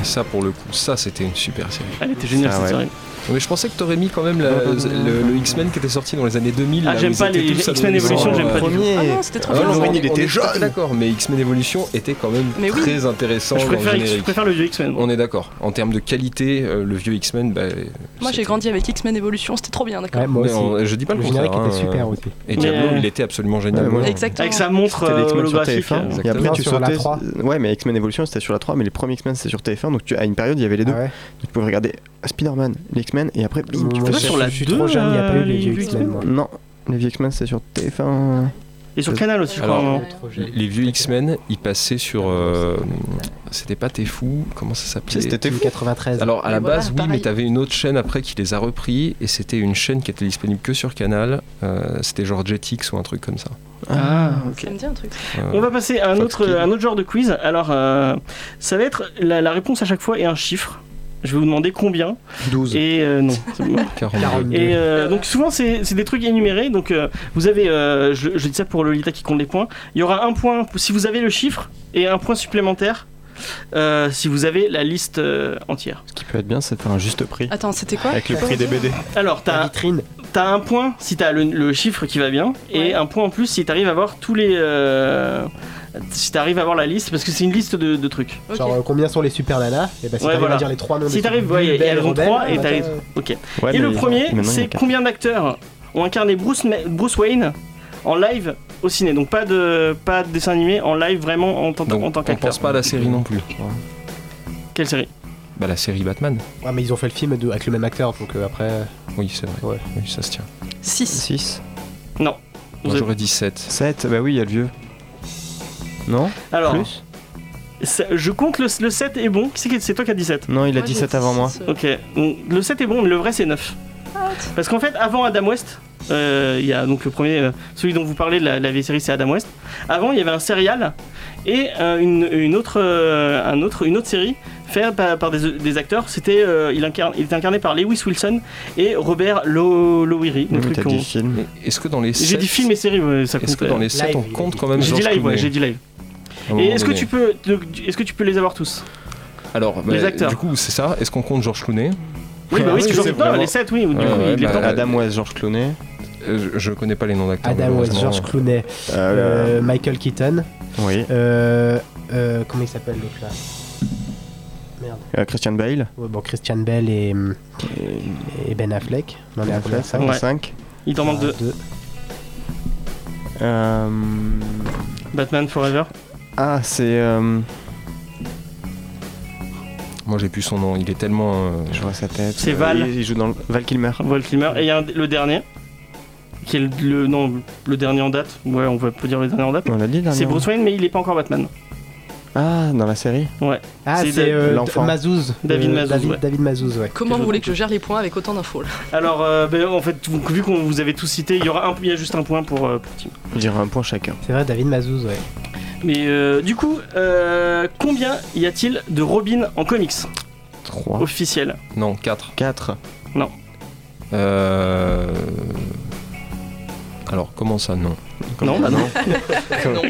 S5: Et Ça, pour le coup, ça, c'était une super série.
S1: Elle était géniale
S6: Ah
S1: cette
S6: ouais.
S1: série.
S5: Mais je pensais que t'aurais mis quand même la- le, le X-Men qui était sorti dans les années 2000.
S1: Ah,
S5: là,
S1: j'aime
S5: où
S1: pas
S5: ils étaient
S1: les
S5: tous
S1: X-Men
S5: adolescents,
S1: Evolution, j'aime
S5: euh,
S1: pas du tout.
S6: premier.
S3: Ah non, c'était trop
S5: Ah,
S6: Ouais,
S3: bien.
S5: non,
S6: Wolverine,
S5: on-
S6: il
S5: on
S6: était
S5: est tout à fait
S6: jeune.
S5: D'accord, mais X-Men Evolution était quand même
S3: Mais oui.
S5: très intéressant
S1: Je
S5: dans le
S1: préfère, X- je
S5: générique.
S1: préfère le vieux X-Men.
S5: On est d'accord. En termes de qualité, euh, le vieux X-Men, bah,
S3: Moi j'ai
S5: c'était-
S3: grandi avec X-Men Evolution, c'était trop bien, d'accord.
S2: Ouais, moi
S5: Mais
S2: aussi.
S5: on- je dis pas le,
S2: Le
S5: contraire.
S2: générique était
S5: hein.
S2: super aussi.
S5: Et Diablo,
S1: Mais- euh,
S5: il était absolument génial.
S6: Ouais, moi, Ouais.
S3: Exactement.
S1: Avec sa montre
S6: C'était les
S1: euh,
S6: X-Men sur
S1: holographique.
S6: TF1.
S1: euh,
S6: Et après,
S2: Non,
S6: tu
S2: sur la
S6: sautais.
S2: 3.
S6: Ouais, mais X-Men Evolution, c'était sur la 3, mais les premiers X-Men, c'était sur TF1. Donc, tu- à une période, il y avait les deux.
S2: Ah ouais.
S6: Tu pouvais regarder Spider-Man, les X-Men, et après, bim, tu
S2: Moi,
S1: fais
S2: je
S1: sur la
S2: je suis
S1: 2,
S2: trop jeune, il n'y a pas
S1: euh,
S2: eu les
S1: les
S2: vieux
S1: vieux
S2: X-Men. moi.
S6: Non, les vieux X-Men, c'était sur TF1.
S1: Et sur Canal aussi, je
S5: Alors,
S1: crois. hein.
S2: Trop jeune.
S5: Les, les vieux X-Men, ils passaient sur. euh, c'était pas T'es fou Comment ça
S6: Si,
S5: s'appelait
S6: C'était
S2: Du
S6: fou.
S2: 93.
S5: Alors à la
S3: Mais voilà,
S5: base, oui,
S3: pareil.
S5: mais t'avais une autre chaîne après qui les a repris et c'était une chaîne qui était disponible que sur Canal. Euh, c'était genre Jetix ou un truc comme ça.
S1: Ah, ok.
S3: Ça me dit un truc.
S5: Euh,
S1: On va passer à un
S5: Fox
S1: autre,
S5: Kids.
S1: un autre genre de quiz. Alors, euh, ça va être la, la réponse à chaque fois et un chiffre. Je vais vous demander combien.
S6: 12.
S1: Et euh, non. c'est bon.
S5: 42.
S2: 42.
S1: Et euh, donc souvent c'est c'est des trucs énumérés. Donc euh, vous avez, euh, je, je dis ça pour Lolita qui compte les points. Il y aura un point si vous avez le chiffre et un point supplémentaire euh, si vous avez la liste euh, entière.
S6: Ce qui peut être bien, c'est de faire un juste prix.
S1: Ah,
S3: Attends, c'était quoi
S6: Avec le prix des BD.
S1: Alors
S2: La
S1: t'as
S2: vitrine.
S1: T'as un point si t'as le, le chiffre qui va bien et
S3: Ouais.
S1: un point en plus si t'arrives à voir tous les euh, si t'arrives à voir la liste parce que c'est une liste de, de trucs.
S3: Ok.
S2: Genre, euh, combien sont les super nanas Et bah, si
S1: Ouais,
S2: t'arrives
S1: voilà.
S2: à dire les trois noms
S1: Si
S2: des
S1: t'arrives,
S2: filles,
S1: ouais, et- et
S2: Belle,
S1: elles ont
S2: Rebelle,
S1: trois et
S2: bah,
S1: t'arrives.
S2: t'as-
S1: Ok.
S6: Ouais,
S1: et le
S6: mais
S1: premier
S6: maintenant, il y en a
S1: c'est
S6: quatre.
S1: combien d'acteurs ont incarné Bruce, Ma- Bruce Wayne en live au ciné donc pas de pas de dessin animé en live vraiment en tant,
S5: Donc,
S1: en tant
S5: on
S1: qu'acteur.
S5: pense pas à la série non plus.
S1: Quelle série
S5: Bah la série Batman.
S2: Ouais, mais ils ont fait le film de- avec le même acteur, donc euh, après.
S1: Ah,
S5: Oui, c'est vrai.
S2: Ouais.
S5: Oui, ça se tient.
S3: 6.
S6: 6.
S5: Moi,
S1: Vous
S5: j'aurais dit 7.
S6: 7. Bah oui, il y a le vieux. Non
S1: Alors
S6: Plus
S1: ça- je compte le, 7 est bon. Qui c'est qui- C'est toi qui as dit 7
S6: Non, il a 17 avant moi.
S3: euh,
S1: Ok, donc le 7 est bon, mais le vrai c'est 9. Parce qu'en fait, avant Adam West, euh, il y a donc le premier, euh, celui dont vous parlez, la, la vieille série, c'est Adam West. Avant, il y avait un serial et euh, une, une autre, euh, un autre, une autre série faite par, par des, des acteurs. C'était, euh, il, incarne- il était incarné par Lewis Wilson et Robert Lo- Lowry. le
S6: Oui, mais
S1: truc
S6: T'as
S1: qu'on-
S6: dit film.
S5: Mais est-ce que dans les
S1: J'ai
S5: 7,
S1: dit film et série, ouais, ça compte.
S5: Est-ce que dans les
S2: Live,
S5: 7 on
S2: il a
S5: compte
S2: dit.
S5: quand même
S1: J'ai dit
S5: George
S1: live, ouais,
S5: Clooney,
S1: j'ai dit live.
S5: à un
S1: Et
S5: moment
S1: est-ce que
S5: donné.
S1: tu peux, donc, est-ce que tu peux les avoir tous
S5: Alors, bah,
S1: Les acteurs.
S5: du coup, c'est ça. Est-ce qu'on compte George Clooney
S1: Oui, bah oui,
S2: Ah,
S1: toujours
S2: c'est
S1: non, les 7, oui, du coup,
S5: Ouais, ouais,
S1: il est
S5: bah,
S1: temps.
S5: la-
S6: Adam West, Georges Clooney.
S5: Euh, Je, je connais pas les noms
S1: bah,
S5: d'acteurs.
S2: Adam West,
S5: malheureusement.
S2: George Clooney,
S6: Euh,
S2: euh, Michael Keaton,
S6: Oui.
S2: euh, euh, comment il s'appelle l'autre là
S6: Euh, Christian Bale.
S2: Ouais, Bon, Christian Bell et, hum, et Ben Affleck. On en est à combien, ça
S1: Ouais.
S6: 5.
S1: Il t'en manque deux.
S2: Deux.
S1: Batman Forever.
S6: Euh, Ah, c'est. euh,
S5: Moi j'ai plus son nom, il est tellement. euh,
S6: Je vois sa tête.
S1: C'est
S6: Euh,
S1: Val.
S6: Il, il joue dans le... Val Kilmer.
S1: Val Kilmer. Et il y a un- le dernier, qui est le, le- non, le dernier en date. Ouais, on peut dire le dernier en date.
S6: On l'a dit dernièrement.
S1: C'est Bruce Wayne, mais il est pas encore Batman.
S6: Ah, dans la série.
S2: Ah,
S1: C'est
S2: c'est
S1: Da-
S2: euh,
S6: l'enfant.
S2: Mazouz.
S1: David
S2: Euh,
S1: Mazouz,
S2: David,
S1: ouais.
S2: David Mazouz, ouais.
S3: Comment
S1: je-
S3: vous voulez que je gère les points avec autant d'infos là
S1: Alors, euh, ben, en fait, vous- vu qu'on vous avait tous cité, il y aura un, il y a juste un point pour, euh, pour Tim.
S6: On dirait un point chacun.
S2: C'est vrai, David Mazouz, ouais.
S1: Mais euh, du coup, euh, combien y a-t-il de Robin en comics
S6: 3.
S1: officiels
S5: Non, 4.
S6: 4.
S5: Euh... Alors comment ça non
S1: Non, bah non.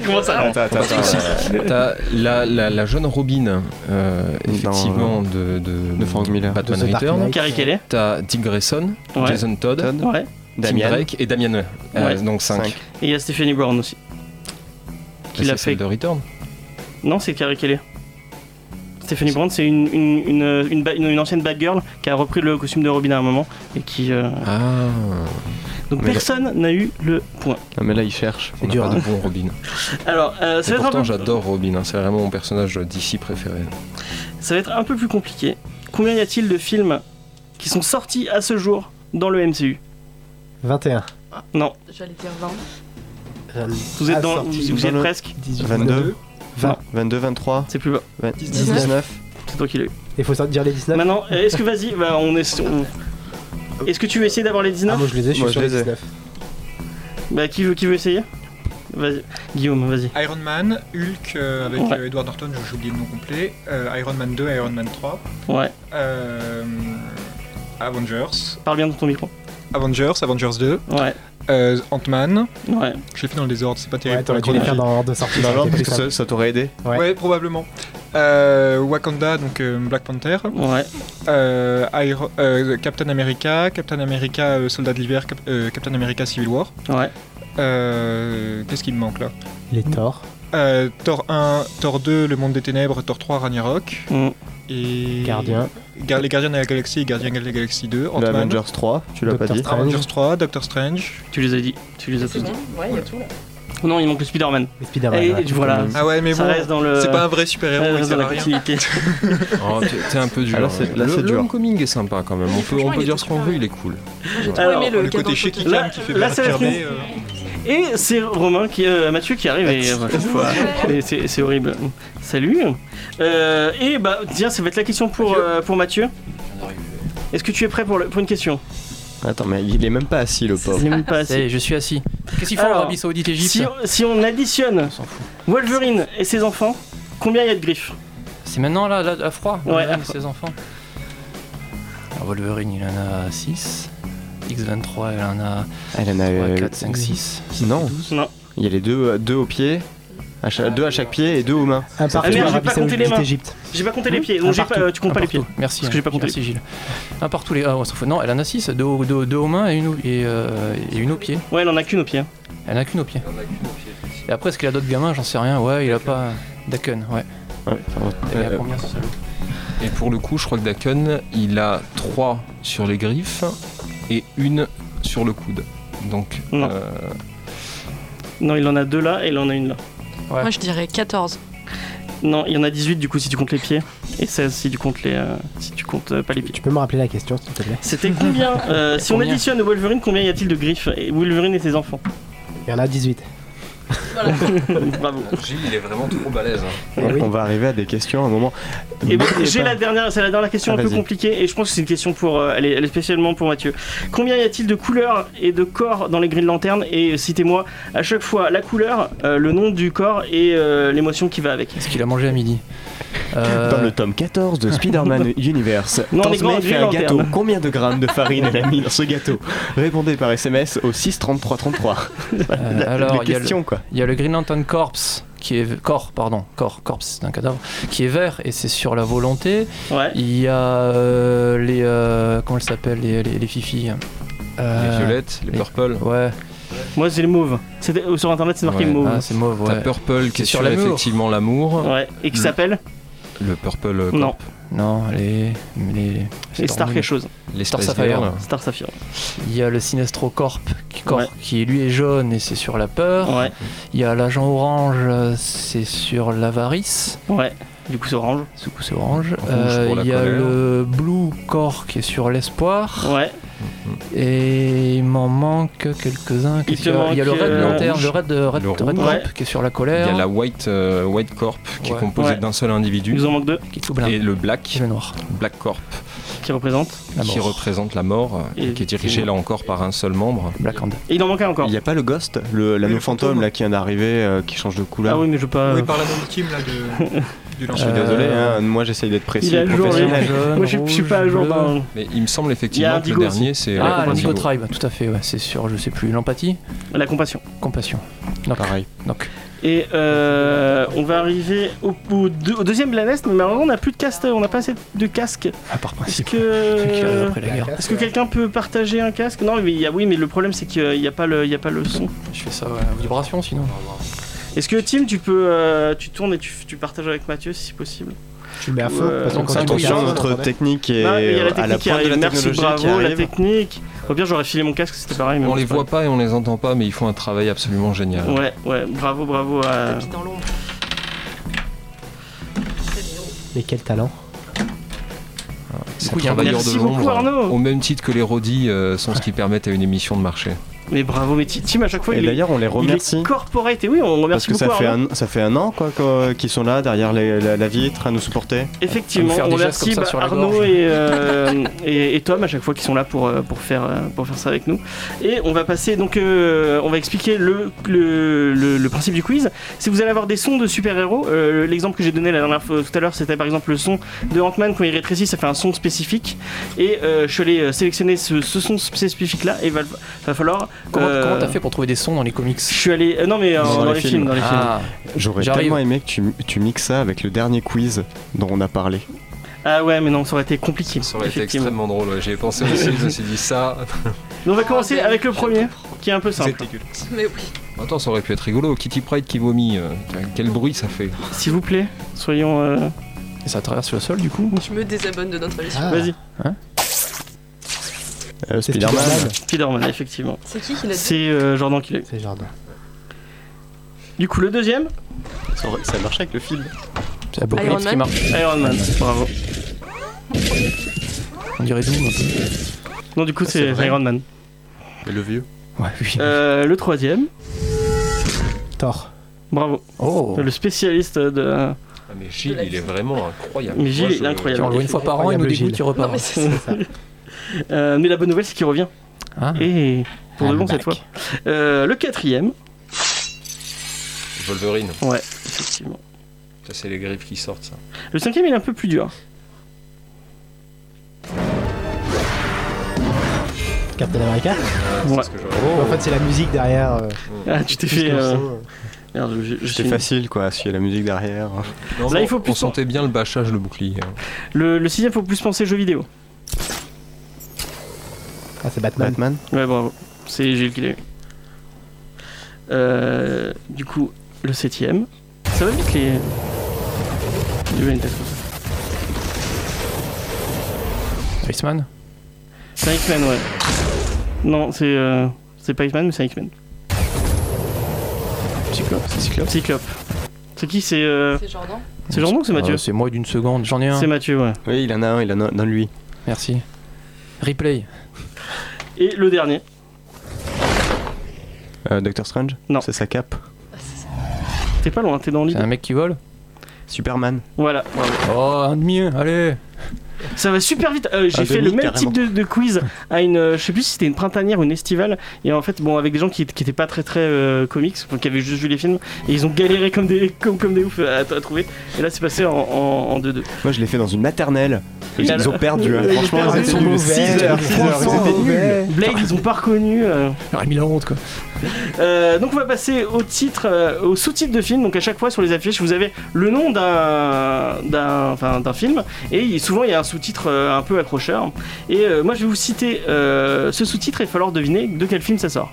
S1: Comment ça non
S6: Attends, attends, attends.
S1: Euh.
S5: T'as la, la, la jeune Robin, euh,
S6: Dans,
S5: effectivement, de, de,
S6: de Frank Miller.
S5: Batman
S2: euh, De The Dark
S5: Return.
S2: Knight.
S1: Carrie Kelly
S5: T'as Dick Grayson,
S1: Ouais.
S5: Jason Todd,
S6: Todd,
S1: Ouais.
S5: Tim
S6: Damian.
S5: Drake et Damian Wayne. Euh,
S1: Ouais.
S5: donc 5.
S6: Cinq.
S1: Et il y a Stephanie Brown aussi. Qui l'a fait
S5: de Return.
S1: Non, c'est Carrie Kelly. Stephanie Brown, c'est une, une, une, une, ba- une- une ancienne Batgirl qui a repris le costume de Robin à un moment et qui. euh,
S5: Ah,
S1: Donc
S6: Mais là-
S1: personne n'a eu le point.
S6: Ah, mais là, il cherche.
S5: on
S2: C'est
S5: n'a
S2: dur.
S5: pas
S2: hein.
S5: de bon Robin.
S1: Alors, euh, ça,
S5: Et
S1: va être un
S5: pourtant,
S1: peu,
S5: j'adore Robin, hein, c'est vraiment mon personnage d'ici préféré.
S1: ça va être un peu plus compliqué. Combien y a-t-il de films qui sont sortis à ce jour dans le MCU
S2: 21.
S1: Non,
S3: J'allais dire 20.
S1: vous êtes,
S2: Ah,
S1: dans, vous,
S2: sorti.
S1: vous y êtes
S6: dans le-
S1: presque,
S2: 18,
S6: 22.
S2: 20.
S6: 22, 23,
S1: c'est plus bas,
S6: 20,
S3: 19.
S6: 19.
S1: c'est toi qui l'as eu.
S2: Il faut sortir les 19.
S1: Maintenant, euh, est-ce que vas-y, bah, on est. on- Est-ce que tu veux essayer d'avoir les
S2: Ah,
S1: 19
S2: moi je les ai, je suis
S6: Moi, je
S2: sur les
S6: les ai.
S2: 19.
S1: Bah, qui veut, qui veut essayer Vas-y, Guillaume, vas-y.
S4: Iron Man, Hulk euh, avec
S1: Ouais.
S4: euh, Edward Norton, j'ai oublié le nom complet, euh, Iron Man 2, Iron Man 3,
S1: Ouais,
S4: euh, Avengers,
S1: parle bien dans ton micro.
S4: Avengers, Avengers 2,
S1: Ouais,
S4: euh, Ant-Man,
S1: ouais.
S4: je l'ai fait dans le désordre, c'est pas
S2: Ouais,
S4: terrible. pour
S2: t'aurais
S4: la
S2: dû les faire
S4: chronologie.
S2: dans l'ordre de sortie. ça
S6: Dans
S2: aurait
S6: l'ordre,
S2: été
S6: parce
S2: plus
S6: que
S2: simple.
S6: ça, ça t'aurait aidé.
S2: ouais.
S4: Ouais, probablement. Euh, Wakanda, donc euh, Black Panther,
S1: Ouais,
S4: euh, Iron- euh, Captain America, Captain America, euh, Soldat de l'hiver, Cap- euh, Captain America Civil War.
S1: ouais.
S4: Euh, Qu'est-ce qui me manque là
S2: Les torts.
S4: Euh, Thor 1, Thor 2, Le Monde des Ténèbres, Thor 3, Ragnarok.
S1: Mm.
S4: Et...
S2: Gardien.
S4: Gar- les Gardiens de la Galaxie et Gardiens de la Galaxie 2,
S6: Le
S4: Ant-Man,
S6: Avengers 3, tu l'as pas
S2: Doctor
S6: dit.
S2: Strange.
S4: Avengers 3, Doctor Strange.
S1: Tu les as dit, tu les as tous dit.
S3: Ouais, il y a tout là.
S1: Non, il manque le Spider-Man.
S2: Les
S1: Et
S2: Spider-Man. ouais.
S1: voilà,
S4: Ah ouais, mais
S1: ça
S4: bon,
S1: reste dans le.
S4: c'est pas un vrai
S1: ça
S4: super-héros,
S1: reste
S4: il
S1: dans
S4: sert
S1: la
S4: à rien.
S1: continuité.
S5: Oh, t'es- t'es un peu dur.
S6: Ah, là, c'est-
S5: hein.
S6: là,
S5: le,
S6: c'est
S5: le
S6: dur.
S5: homecoming est sympa quand même. On peut,
S3: Franchement,
S5: on peut
S3: il
S5: dire
S3: était
S5: ce qu'on
S3: super,
S5: veut,
S3: ouais.
S5: il est cool.
S3: J'ai trop
S1: Alors,
S3: aimé le
S4: Le côté
S3: Captain
S4: shaky
S3: Pocket.
S1: Là-
S4: cam qui fait
S1: là,
S4: Bernard
S1: ça va être
S4: Pivot, euh,
S1: Et c'est Romain qui. euh, Mathieu qui arrive et. à chaque fois. Et c'est c'est horrible. Salut Euh, Et bah, tiens, ça va être la question pour, euh, pour Mathieu. Est-ce que tu es prêt pour, le- pour une question
S6: Euh, Attends, mais il est même pas assis, le pauvre.
S1: Il est même pas
S7: Ça y est, Eh, je suis assis. Qu'est-ce qu'ils font en
S1: Alors,
S7: Arabie Saoudite Égypte
S1: Si, on- si on additionne
S7: s'en fout.
S1: Wolverine et ses enfants, combien il y a de griffes
S7: C'est maintenant là, là, à froid.
S1: Ouais, à
S7: Wolverine et
S1: froid.
S7: ses enfants. Alors, Wolverine, il en a 6. X23, il en a
S6: Elle en a
S7: 3,
S6: euh,
S7: 4, 5, 6.
S6: Non,
S1: Non.
S6: il y a les deux, euh, deux au pied, à cha- deux à chaque pied et deux aux mains.
S2: Un partout
S1: merde, Eh j'ai
S2: en
S1: pas compté les
S2: Arabie
S1: mains.
S2: Égypte.
S1: J'ai pas compté les pieds,
S7: Un
S1: donc j'ai pas,
S7: partout.
S1: euh, tu comptes
S7: Un
S1: pas les
S7: partout.
S1: pieds.
S7: Merci. hein.
S1: Parce que j'ai pas compté
S7: Merci, Gilles. Un partout les. Ah, on s'en fout. Non, elle en a 6. Deux, au- deux, deux aux mains et une, au- et, euh, et une au pied.
S1: Ouais, elle en a qu'une au pied.
S7: Elle en a qu'une au pied. Et après, est-ce qu'il a d'autres gamins J'en sais rien. Ouais, il a pas. Daken, ouais.
S6: Ouais, enfin,
S7: Il a
S6: euh,
S7: combien ce salaud
S5: Et pour le coup, je crois que Daken, il a 3 sur les griffes et une sur le coude. Donc,
S1: Non.
S5: euh,
S1: Non, il en a deux là et il en a une là.
S3: Moi je dirais 14.
S1: Non, il y en a 18 du coup si tu comptes les pieds et 16 si tu comptes les euh, si tu comptes euh, pas les pieds.
S2: Tu peux me rappeler la question, s'il te plaît
S1: C'était combien euh, Si on
S7: Combien
S1: additionne Wolverine, combien y a-t-il de griffes et Wolverine et ses enfants
S2: Il y en a 18.
S1: Bravo.
S5: Gilles, il est vraiment trop balèze. hein.
S2: Eh oui.
S6: On va arriver à des questions à un moment.
S1: Et ben, j'ai la dernière, c'est la dernière question
S6: Ah,
S1: un peu
S6: vas-y.
S1: compliquée et je pense que c'est une question pour euh, elle, est, elle est spécialement pour Mathieu. Combien y a-t-il de couleurs et de corps dans les Green Lantern et euh, citez-moi à chaque fois la couleur, euh, le nom du corps et euh, l'émotion qui va avec.
S7: Qu'est-ce qu'il a mangé à midi
S6: Dans
S7: Euh,
S6: le tome 14 de Spider-Man Universe,
S1: Non,
S6: Tante
S1: les grands-
S6: May
S1: les
S6: fait un
S1: lanternes.
S6: gâteau. Combien de grammes de farine elle a mis dans ce gâteau Répondez par SMS au 6 33 33.
S7: euh, alors,
S6: les
S7: il y a le-
S6: questions, quoi.
S7: il y a le Green Lantern Corps qui est corps, pardon, corps, corps, c'est un cadavre, qui est vert et c'est sur la volonté.
S1: Ouais.
S7: Il y a euh, les euh, comment elles s'appellent les les, les fifis. hein.
S5: Les
S7: Euh,
S5: violettes, les
S7: les-
S5: purple.
S7: Ouais.
S1: Moi, c'est les mauves. C'était- euh, Sur internet, c'est marqué
S5: Ouais.
S1: mauve.
S7: Ah, c'est mauve.
S5: T'as
S7: Ouais.
S5: purple qui
S7: C'est
S5: est
S7: sur
S5: sur
S7: l'amour.
S5: effectivement l'amour.
S1: Ouais. Et qui
S5: Le-
S1: s'appelle
S5: Le purple. euh,
S1: Non.
S7: Non, les les.
S1: Les Star quelque
S7: horrible.
S1: chose.
S5: Les
S7: Star
S5: Spice
S7: Sapphire.
S5: Girls.
S1: Star Sapphire.
S7: Il y a le Sinestro Corp, qui, corps,
S1: Ouais.
S7: qui lui est jaune et c'est sur la peur.
S1: Ouais.
S7: Il y a l'agent orange, euh, c'est sur l'avarice.
S1: Ouais. Du coup, c'est orange.
S7: Ce coup, c'est orange.
S5: Rouge
S7: Euh,
S5: pour la
S7: il y a
S5: colère.
S7: le blue corps qui est sur l'espoir.
S1: Ouais.
S7: Et il m'en manque quelques-uns.
S1: Il
S7: Qu'est-ce
S1: te
S7: qu'il y a Il y a le
S1: manque,
S7: Red
S1: euh,
S7: Lanterne,
S5: rouge.
S7: le Red, Red,
S5: Le
S7: Red
S5: rouge.
S7: Corp
S1: Ouais.
S7: qui est sur la
S5: Il y
S7: colère.
S5: a la white, euh, white corp qui est
S7: Ouais.
S5: composée
S1: Ouais.
S5: d'un seul
S1: Il
S5: individu
S1: nous en manque deux
S7: qui est tout blanc.
S5: et
S7: Et
S5: le black,
S7: le noir.
S5: black corp
S1: qui représentent.
S7: La
S5: qui
S7: mort.
S5: représente la mort
S1: Et-
S5: et qui est dirigé là encore par un seul membre.
S7: Black Hand.
S1: Et il en manque un encore.
S6: Il n'y a pas le ghost, le l'anneau fantôme là qui vient d'arriver, euh, qui change de couleur.
S1: Ah oui, mais je veux pas.
S4: Oui, par la ultime là de,
S6: Je
S4: du lancer.
S6: suis
S7: Euh,
S6: désolé, hein, moi j'essaye d'être
S1: il
S6: précis.
S1: a le jour,
S6: professionnel.
S1: les- Moi,
S7: jaune,
S1: je je suis
S7: rouge,
S1: pas à jour
S7: bleu.
S1: dans.
S5: Mais il me semble
S1: Il y a
S5: effectivement que le
S1: Indigo aussi.
S5: dernier c'est
S1: Et
S7: Ah,
S1: la
S7: l'Indigo
S1: compassion.
S7: Tribe, tout à fait, ouais, c'est sur, je sais plus, l'empathie,
S1: La compassion.
S7: compassion.
S6: Pareil.
S7: Donc,
S1: Et euh, on va arriver au, au deux- au deuxième de la liste, mais malheureusement on n'a plus de casque, on n'a pas assez de casque.
S7: à part
S1: Est-ce
S7: principe, qui arrive
S1: que Euh,
S7: après la guerre.
S1: est-ce que quelqu'un peut partager un casque Non, mais il y a, oui, mais le problème c'est qu'il n'y a pas le, il y a pas le son.
S7: Je fais ça ouais, en vibration sinon.
S1: Est-ce que Tim, tu peux, euh, tu tournes et tu, tu partages avec Mathieu si possible
S2: Tu le mets à feu.
S1: Ouais.
S2: parce que
S7: Donc,
S2: quand
S7: ça,
S2: tu
S1: attention,
S2: regardes,
S6: Attention, notre
S2: attendez.
S6: technique est
S1: Bah, il y a la
S6: à la
S1: technique qui
S6: pointe de
S1: arrive.
S6: la
S1: Merci,
S6: technologie qui
S1: bravo, la
S6: arrive.
S1: technique. Au pire, j'aurais filé mon casque, c'était pareil. mais
S5: On
S1: bon,
S5: les
S1: c'est
S5: voit pas et on les entend pas, mais ils font un travail absolument
S1: pas
S5: génial.
S1: grave. Ouais, ouais, bravo, bravo à.
S3: Tapis dans l'ombre.
S2: Mais quel talent.
S5: C'est
S7: coup, il y a un
S5: travailleurs de
S1: Merci beaucoup
S5: l'ombre.
S1: Arnaud.
S5: Au même titre que les rodis euh, sont ce qui permettent à une émission de marcher.
S1: Mais bravo, mais Ti- Tim à chaque fois
S6: Et
S1: il est,
S6: d'ailleurs, on les
S1: il
S6: remercie.
S1: est corporate. Et oui, on
S6: Parce
S1: remercie
S6: que
S1: beaucoup hein.
S6: ça fait,
S1: Arnaud.
S6: un, ça fait un an quoi qu'au- qu'ils sont là derrière les- la, la vitre à nous supporter.
S1: Effectivement,
S7: Ça me fait
S1: on
S7: des gestes
S1: remercie
S7: comme ça
S1: bah,
S7: sur la
S1: Arnaud
S7: gorge.
S1: et, euh, et, et Tom à chaque fois qu'ils sont là pour, euh, pour, faire, euh, pour faire ça avec nous. Et on va passer, donc euh, on va expliquer le, le, le, le principe du quiz. Si vous allez avoir des sons de super-héros, euh, l'exemple que j'ai donné la dernière fois tout à l'heure, c'était par exemple le son de Ant-Man quand il rétrécit, ça fait un son spécifique. Et euh, je suis allé euh, sélectionner ce, ce son spécifique-là et va, va falloir...
S7: Comment
S1: euh,
S7: comment t'as fait pour trouver des sons dans les comics
S1: Je suis allé... euh, non mais euh, dans, les films, dans les films.
S7: Ah,
S6: J'aurais
S7: J'arrive.
S6: tellement aimé que tu, tu mixes ça avec le dernier quiz dont on a parlé.
S1: Ah ouais mais non, ça aurait été compliqué.
S5: Ça aurait été
S1: effectivement.
S5: extrêmement drôle. ouais. J'y ai pensé aussi, je me suis dit ça.
S1: Donc on va commencer
S3: Ah,
S1: avec le
S3: je
S1: premier,
S3: comprends.
S1: qui est un peu
S4: C'est
S1: simple.
S4: dégueulasse.
S3: Mais oui.
S5: Attends, ça aurait pu être rigolo. Kitty Pride qui vomit. euh, Quel bruit ça fait.
S1: S'il vous plaît, soyons. euh,
S7: et ça traverse le sol du coup
S3: Je me désabonne de notre émission.
S2: Ah,
S1: Vas-y,
S6: Euh,
S2: c'est
S6: Spider-Man.
S1: Spider-Man, effectivement.
S3: C'est qui qui l'a dit
S1: C'est euh, Jordan qui l'a eu.
S2: C'est Jordan.
S1: Du coup, le deuxième,
S6: Ça aurait- Ça marchait avec le film.
S7: C'est
S3: Iron
S7: Apocalypse qui
S3: Man.
S7: marche.
S1: Iron Man. Bravo.
S7: On dirait Doom un peu.
S1: Non, du coup,
S5: Ah,
S1: c'est Iron Man.
S6: Et le vieux.
S7: Ouais, oui.
S1: Euh, le troisième,
S2: Thor.
S1: bravo.
S7: Oh
S1: Le spécialiste de.
S5: Ah, mais Gilles, il est vraiment incroyable.
S1: Mais Gilles,
S5: Moi, je-
S1: il est incroyable.
S7: Tu envoies une fois par an, il nous
S2: Incroyable
S7: dégoûte,
S2: Gilles.
S7: il
S3: Non
S7: repart.
S3: mais c'est ça.
S1: Euh, mais la bonne nouvelle, c'est qu'il revient.
S7: Hein
S5: Hmm.
S1: Et pour de
S7: I'm
S1: bon cette fois.
S7: back.
S1: Euh, le quatrième,
S5: Wolverine.
S1: ouais, effectivement.
S5: Ça, c'est les griffes qui sortent, ça.
S1: Le cinquième, il est un peu plus dur.
S2: Captain America.
S1: Ouais.
S5: Parce que
S2: En fait, c'est la musique derrière. euh,
S5: Hmm.
S1: Ah, tu t'es
S2: juste
S1: fait.
S2: le
S1: euh,
S2: son, euh.
S1: Merde, je, je suis-
S6: C'est facile quoi, s'il y a la musique derrière.
S5: Non,
S1: Là,
S5: mais
S1: il faut plus
S5: On sentait bien le bâchage, le bouclier. hein.
S1: Le, le sixième, faut plus penser jeux vidéo.
S2: Ah, c'est Batman.
S6: Batman
S1: Ouais, bravo. C'est Gilles qui l'a eu. Euh, du coup, le septième. Ça va vite les. Du Valentine, comme ça.
S7: Iceman
S1: C'est un X-Men, ouais. Non, c'est. euh, C'est pas X-Men, mais c'est un X-Men.
S7: Cyclope
S1: Cyclope. C'est qui C'est. euh,
S3: C'est Jordan.
S1: C'est Jordan ou c'est Mathieu
S7: Euh, C'est moi d'une seconde, j'en ai un.
S1: C'est Mathieu, ouais.
S6: Oui, il en a un, il en a un dans lui.
S7: Merci. Replay.
S1: Et le dernier.
S6: Euh, Doctor Strange
S1: Non.
S6: C'est sa cape.
S3: Ah, c'est ça.
S1: T'es pas loin, t'es dans
S7: C'est un
S1: l'idée.
S7: mec qui vole
S6: Superman.
S1: Voilà.
S7: Oh, un demi, allez
S1: Ça va super vite. Euh, J'ai
S6: Un
S1: fait
S6: demi,
S1: le même
S6: carrément.
S1: type de, de quiz à une, euh, je sais plus si c'était une printanière ou une estivale. Et en fait, bon, avec des gens qui, qui étaient pas très très euh, comics, enfin, qui avaient juste vu les films, et ils ont galéré comme des comme, comme des ouf à, à trouver. Et là, c'est passé en- en en 2-2.
S6: Moi, je l'ai fait dans une maternelle.
S1: Il
S6: Ils
S1: a-
S6: ont perdu, hein.
S1: Ils ont
S6: franchement, ils
S1: perdu.
S6: étaient
S1: Ils sont
S6: nuls.
S2: mauvais.
S6: 6 heures, 6 heures, ils étaient nuls.
S1: Blade, ils ont pas reconnu. euh,
S7: J'aurais mis la honte quoi.
S1: Euh, donc on va passer au titre, euh, au sous-titre de film. Donc à chaque fois sur les affiches, vous avez le nom d'un, d'un, enfin, d'un film et il- souvent il y a un sous-titre euh, un peu accrocheur. Et euh, moi je vais vous citer euh, ce sous-titre et il va falloir deviner de quel film ça sort.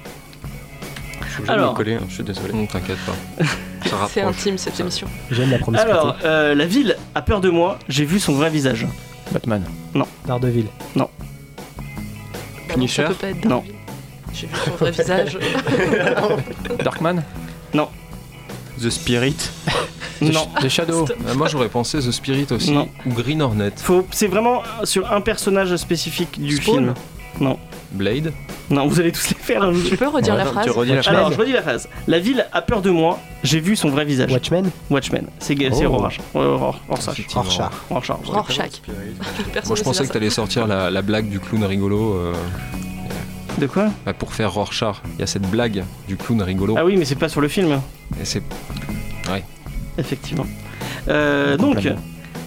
S6: Je suis
S1: Alors.
S6: collé, hein, je suis désolé.
S5: Non, t'inquiète pas. Ça
S3: C'est
S5: rapproche.
S3: intime cette émission. Bah,
S2: J'aime la promise.
S1: Alors euh, la ville a peur de moi. J'ai vu son vrai visage.
S7: Batman.
S2: Daredevil.
S3: Bah non,
S7: Punisher
S3: ça peut pas être
S1: Non.
S3: Daredevil. J'ai vu son vrai visage.
S7: Darkman
S6: The Spirit.
S5: The
S1: Non.
S5: Sh- The Shadow. Euh, Moi, j'aurais pensé The Spirit aussi.
S1: Non.
S5: Ou Green Hornet.
S1: Faut, c'est vraiment sur un personnage spécifique du
S5: Spawn
S1: film.
S5: Blade.
S1: Non, vous allez tous les faire. hein, je vous jure.
S3: Tu peux redire la
S6: Attends,
S3: phrase
S6: Tu redis la
S2: Watchmen.
S1: Alors, je redis la phrase. La ville a peur de moi, j'ai vu son vrai visage.
S2: Watchmen
S1: Watchmen. C'est c'est
S2: Oh.
S1: Rorschach. Ouais, Ror- Rorschach.
S5: effectivement.
S2: Rorschach.
S1: Rorschach.
S3: Rorschach.
S5: Moi, je pensais que t'allais sortir la, la blague du clown rigolo. euh,
S1: De quoi
S5: bah, pour faire Rorschach, il y a cette blague du clown rigolo.
S1: Ah Ben, oui, mais c'est pas sur le film,
S5: Et c'est
S1: effectivement. Euh,
S5: On comprend
S1: donc,
S5: bien.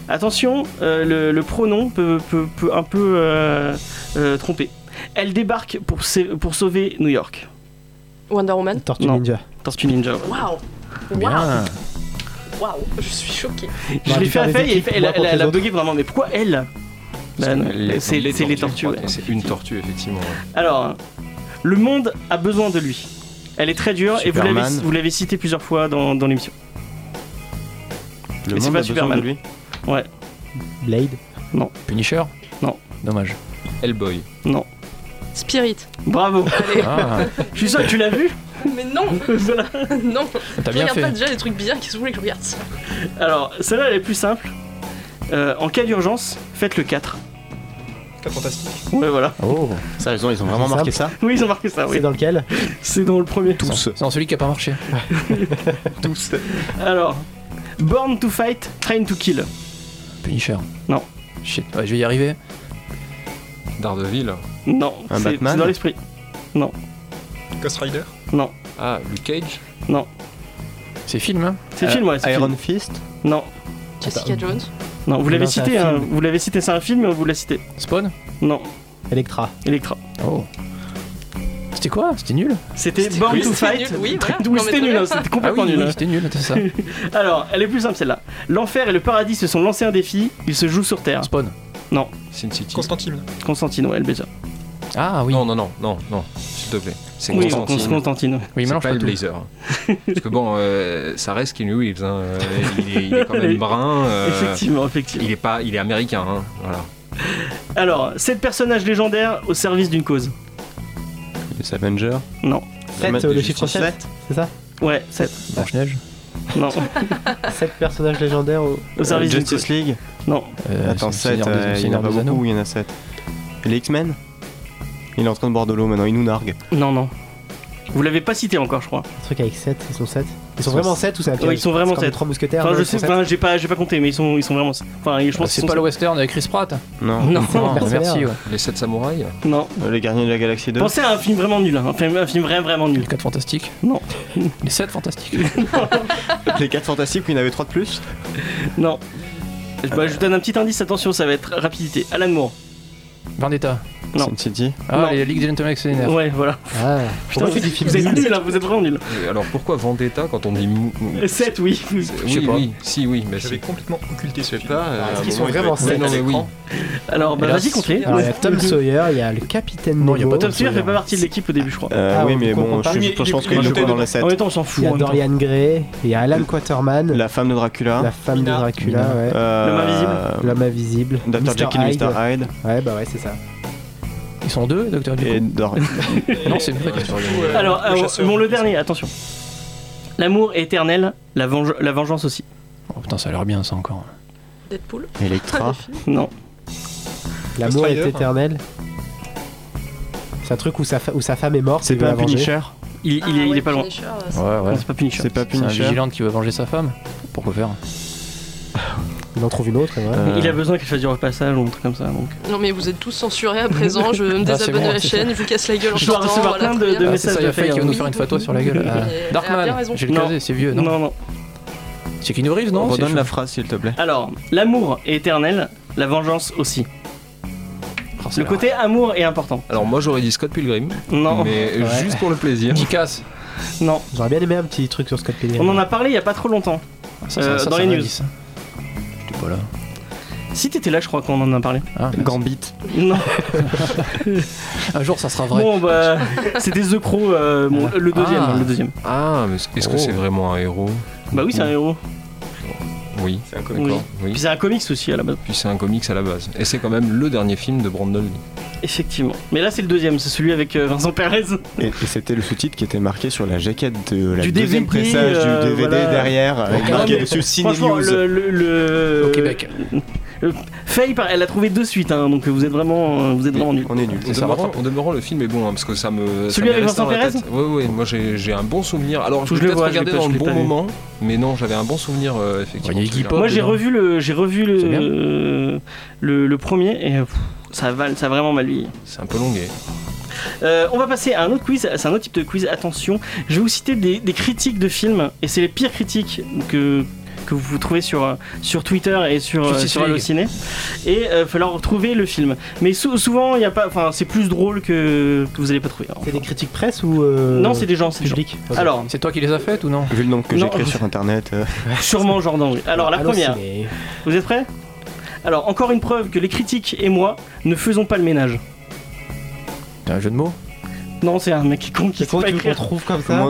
S1: attention, euh, le, le pronom peut, peut- peut un peu euh, euh, tromper. Elle débarque pour, sa- pour sauver New York.
S3: Wonder Woman.
S2: Tortue
S1: Non.
S2: Ninja.
S1: Tortue Ninja.
S3: Waouh Waouh
S7: Bien.
S3: Waouh Je suis choquée.
S1: Je
S2: aurait
S1: l'ai
S2: dû
S1: fait à
S2: faire des
S1: Faye et
S2: équipes,
S1: Faye, elle,
S2: moi,
S1: elle-
S2: contre
S1: elle
S2: les
S1: a
S2: autres.
S1: bugué vraiment, mais pourquoi elle Bah, non, C'est c'est les
S5: je
S1: tortues,
S5: crois,
S1: ouais.
S5: et C'est une tortue, effectivement. ouais.
S1: Alors, le monde a besoin de lui. Elle est très dure et vous l'avez-
S6: Superman.
S1: vous l'avez cité plusieurs fois dans, dans l'émission.
S6: Le
S1: Mais c'est
S6: monde
S1: pas
S6: a besoin
S1: Superman.
S6: de lui.
S2: Blade.
S7: Punisher
S1: Non.
S7: Dommage.
S5: Hellboy.
S3: Spirit.
S1: Bravo.
S7: Ah,
S1: Je suis sûr que tu l'as vu.
S3: Mais non
S1: Voilà.
S3: Non
S7: t'as
S3: Je
S7: bien
S3: regarde pas
S7: fait.
S3: déjà les trucs bizarres qui se voulaient que je regarde ça.
S1: Alors, celle-là, elle est plus simple. Euh, en cas d'urgence, faites le 4.
S4: Quatre fantastiques.
S1: Ouais, voilà.
S2: Oh.
S6: Ça, ils ont, ils ont vraiment
S2: C'est
S6: marqué ça
S1: Oui, ils ont marqué ça,
S2: C'est
S1: Ah oui.
S2: dans lequel
S1: C'est dans le premier.
S6: Tous.
S7: C'est dans celui qui a pas marché.
S6: Tous.
S1: Alors, Born to Fight, Train to Kill.
S7: Punisher.
S1: Non.
S7: Shit, ouais, je vais y arriver.
S5: Daredevil.
S1: Non,
S6: Un
S1: c'est c'est
S6: Batman
S1: dans l'esprit.
S4: Ghost Rider.
S1: Non,
S5: Ah, Luke Cage.
S7: C'est film, hein
S1: c'est le film, ouais. c'est le
S6: Euh, Iron
S1: film.
S6: Fist
S1: Non,
S3: Jessica Jones.
S1: non, vous l'avez
S2: Non, c'est
S1: cité,
S2: un
S1: hein.
S2: film.
S1: vous l'avez cité, c'est un film, vous l'avez cité.
S7: Spawn
S1: Non,
S2: Electra.
S1: Electra.
S7: Oh. C'était quoi C'était nul
S1: C'était
S3: C'était-
S1: Born
S3: oui,
S1: to
S3: c'était
S1: Fight.
S3: nul, oui,
S1: Train-
S3: voilà.
S1: oui,
S3: Non, mais
S1: c'était
S3: très
S1: nul,
S3: bien.
S1: hein, c'était complètement
S7: Ah oui,
S1: nul.
S7: oui,
S1: hein.
S7: c'était nul, c'est ça.
S1: Alors, elle est plus simple celle-là. L'enfer et le paradis se sont lancés un défi, ils se jouent sur Terre.
S7: Spawn.
S5: Sin City.
S4: Constantine.
S1: Constantino, elle déjà.
S7: Ah oui.
S5: Non, non, non, non, non, s'il te plaît. C'est
S1: Oui,
S5: Constantine.
S1: Constantine. Constantine.
S7: Oui,
S5: c'est
S7: mélange
S5: pas
S7: pas
S5: le
S7: tout.
S5: blazer. Parce que bon, euh, ça reste Keanu Reeves. hein. Euh, Il, est, il est quand même brun. euh,
S1: Effectivement, effectivement.
S5: il est pas, il est américain. hein. Voilà.
S1: Alors, sept personnages légendaires au service d'une cause.
S6: Les Avengers
S1: Non.
S2: Sept,
S6: Man-
S2: euh, le
S6: de
S2: chiffre
S6: Justice
S2: 7, c'est ça
S1: Ouais, sept.
S7: Blanche-Neige.
S1: Non,
S2: 7 personnages légendaires au...
S1: au
S6: Euh,
S1: service d'une
S6: Justice
S1: cause.
S6: League
S1: Non,
S7: Euh,
S6: Attends,
S7: c'est le
S6: 7,
S7: Seigneur des-
S6: il y en
S7: Seigneur
S6: a pas
S7: des Anneaux.
S6: beaucoup, il y en a 7. Les X-Men Il est en train de boire de l'eau maintenant, il nous nargue.
S1: non, non. Vous l'avez pas cité encore, je crois.
S2: Un truc avec 7, ils sont 7. Ils sont
S6: sont
S2: vraiment 7 ou c'est un piège
S1: ils sont vraiment
S2: C'est comme les
S1: sept.
S2: trois mousquetaires.
S1: Enfin,
S2: non,
S1: je
S2: ils sont
S1: sais,
S2: sept.
S1: enfin, j'ai pas, j'ai pas compté, mais ils sont, ils sont vraiment. Enfin, je
S7: Euh,
S2: Ah,
S1: pense
S7: C'est
S1: qu'ils
S7: pas
S1: sont-
S7: le western avec Chris Pratt
S6: Non.
S1: Non.
S7: Ah, Merci,
S2: mercenaires.
S7: ouais.
S5: Les sept samouraïs.
S1: Non.
S6: Euh, Les Gardiens de la Galaxie 2
S1: Pensez à un film vraiment nul, hein, un film, un film vraiment, vraiment
S7: Les
S1: nul.
S7: 4 fantastiques
S1: Non.
S7: Les 7 fantastiques
S6: Les 4 Fantastiques, où il y en avait 3 de plus
S1: Non.
S2: Ah,
S1: Bah, je vous donne un petit indice, attention, ça va être rapidité. Alan Moore.
S7: Vendetta.
S1: Non.
S6: Sin City
S7: Ah,
S1: Non.
S7: les Ligues des Gentlemen Extraordinaires.
S1: Ouais, voilà.
S2: Ah,
S1: Putain, vous, êtes- vous êtes nuls, hein, vous êtes vraiment nuls.
S5: Et Alors pourquoi Vendetta quand on dit mou- mou-
S1: Euh, 7, oui.
S5: c'est-
S7: je sais
S5: Oui,
S7: pas.
S5: oui, si, oui, mais
S4: J'avais
S5: si.
S4: complètement occulté ce film.
S6: pas. euh,
S2: Est-ce qu'ils sont vraiment
S5: Oui,
S2: 7
S5: non, mais oui.
S1: Alors, bah,
S7: Et là,
S1: vas-y, comptez.
S2: Alors ah, il y a Tom Sawyer, il y a le capitaine
S7: Non, il y a
S2: Nemo,
S7: pas
S1: Tom Sawyer fait pas partie de l'équipe au début, je crois.
S2: Ah,
S6: Euh, oui,
S2: on
S6: mais
S2: comprend
S6: bon,
S2: pas.
S6: je,
S4: Il
S6: je,
S4: est- il
S6: pense
S4: est
S6: qu'il est
S4: noté
S6: pas dans
S4: dedans.
S6: la 7.
S1: En même temps, on s'en
S2: Il
S1: fout.
S2: y a
S1: en même temps.
S2: Dorian Gray, il y a Alan Quaterman, la,
S6: La femme de Dracula.
S2: femme
S4: Mina.
S2: de Dracula, ouais.
S6: Euh,
S1: L'homme invisible.
S2: l'homme invisible,
S6: Dr.
S2: Mr.
S6: Jekyll et
S2: Hyde.
S6: Mr. Hyde.
S2: Ouais, bah ouais, c'est ça.
S7: Ils sont deux, Docteur
S6: Et
S7: Duco
S6: Dor-
S7: Non, c'est vrai.
S1: Alors, euh, bon, le dernier, attention. L'amour est éternel, la, venge- la vengeance aussi.
S7: Oh putain, ça a l'air bien ça encore.
S3: Deadpool.
S6: Electra.
S1: Non,
S2: L'amour est
S4: Rider.
S2: éternel. C'est un truc où sa, fa- où sa femme est morte.
S6: C'est
S2: il veut
S6: pas
S2: la
S6: un
S2: venger.
S6: Punisher
S1: il, il est, il est pas loin.
S3: euh,
S7: Ouais, ouais.
S1: Non, c'est pas Punisher.
S6: C'est pas
S7: C'est un
S6: Punisher
S7: vigilante qui veut venger sa femme. Pourquoi faire
S2: Il en trouve une autre, ouais.
S6: Euh,
S1: Il a besoin qu'elle fasse du repassage ou un truc comme ça. Donc.
S3: Non mais vous êtes tous censurés à présent, je me
S7: Bah, c'est
S3: désabonne
S7: bon,
S3: de la
S7: c'est
S3: chaîne, je vous casse la gueule en
S1: Je dois
S3: partant,
S1: recevoir
S3: voilà,
S1: plein
S3: très
S1: de-
S3: bien.
S1: de
S7: Ah,
S1: message
S7: c'est ça, il y a Faye qui va
S1: Faye,
S7: nous
S3: oui.
S7: faire une fatwa sur la gueule. Ah,
S3: Mais elle a bien
S7: Darkman,
S3: raison.
S7: j'ai le
S1: Non.
S7: casé, c'est vieux,
S1: Non,
S7: Euh, non
S1: non.
S7: C'est Keanu Reeves, non C'est
S6: Redonne
S7: chaud.
S6: la phrase, s'il te plaît.
S1: Alors, l'amour est éternel, la vengeance aussi.
S7: Oh,
S1: Le côté amour est important.
S5: Alors moi j'aurais dit Scott Pilgrim,
S1: Non,
S5: mais
S2: Ouais.
S5: juste pour le plaisir.
S7: Nicasse.
S1: non.
S2: J'aurais bien aimé un petit truc sur Scott Pilgrim.
S1: On en a parlé il y a pas trop longtemps. Euh, dans les news.
S7: J'étais pas là.
S1: Si t'étais là, je crois qu'on en a parlé.
S7: Ah, merde.
S6: Gambit.
S1: Non.
S7: Un jour, ça sera vrai.
S1: Bon, bah, c'était The Crow, euh, bon, le deuxième,
S7: Ah.
S1: le deuxième.
S5: Ah, mais est-ce que
S7: Oh.
S5: c'est vraiment un héros
S1: Bah oui, c'est un héros.
S5: Oui.
S6: C'est un
S1: Oui.
S5: Oui.
S1: Puis c'est un comics aussi à la base.
S5: Puis c'est un comics à la base. Et c'est quand même le dernier film de Brandon Lee.
S1: Effectivement. Mais là, c'est le deuxième, c'est celui avec euh, Vincent Perez.
S6: Et, et c'était le sous-titre qui était marqué sur la jaquette de la
S1: Du
S6: deuxième
S1: DVD,
S6: pressage
S1: euh,
S6: du DVD
S1: voilà.
S6: derrière, avec
S7: Ouais,
S6: marqué
S1: mais
S6: dessus Ciné
S1: Franchement,
S6: News.
S1: le, le, le-
S7: Au Québec.
S1: Faye, par- elle a trouvé deux suites, hein, donc vous êtes vraiment, vous êtes vraiment nuls.
S6: On est nul.
S5: Au demeurant, au demeurant, le film est bon hein, parce que ça me.
S1: Celui avec Vincent Perez
S5: Oui, oui, moi j'ai j'ai un bon souvenir. Alors
S1: Faut
S5: je
S1: que
S5: l'ai
S1: je le
S5: peut-être
S1: voie, je l'ai
S5: regardé
S1: pas-
S5: dans
S1: je l'ai
S5: le
S1: pas
S5: bon
S1: vu.
S5: moment, mais non, j'avais un bon souvenir euh,
S7: Il y
S5: effectivement.
S7: a Iggy
S5: de
S7: Pop.
S1: Moi, j'ai
S7: dedans.
S1: revu le, j'ai revu
S7: C'est bien.
S1: le, le, le premier et euh, pff, ça va, ça a vraiment mal vieilli.
S5: celui-là. C'est un peu longué.
S1: Euh, on va passer à un autre quiz, c'est un autre type de quiz, attention. Je vais vous citer des, des critiques de films, et c'est les pires critiques que, que vous trouvez sur, euh, sur Twitter et sur, euh,
S7: Justice
S1: sur
S7: League.
S1: Allociné. Et euh, il va falloir trouver le film. Mais sou- souvent, il y a pas, enfin, c'est plus drôle que, que vous allez pas trouver. Alors,
S2: C'est des critiques presse ou. euh,
S1: Non, c'est des gens, c'est des gens.
S2: public. Ok.
S1: Alors,
S7: C'est toi qui les as faites ou non
S6: Vu le nombre que
S1: Non.
S6: j'écris sur internet, euh,
S1: sûrement Jordan, oui. Alors, la
S2: Allô,
S1: première,
S2: ciné.
S1: vous êtes prêts Alors, encore une preuve que les critiques et moi ne faisons pas le ménage.
S7: C'est un jeu de mots
S1: Non, c'est un mec qui est con qui
S2: C'est
S1: sait
S2: con
S1: pas
S2: tu le
S1: écrire.
S2: retrouves comme ça.
S6: moi,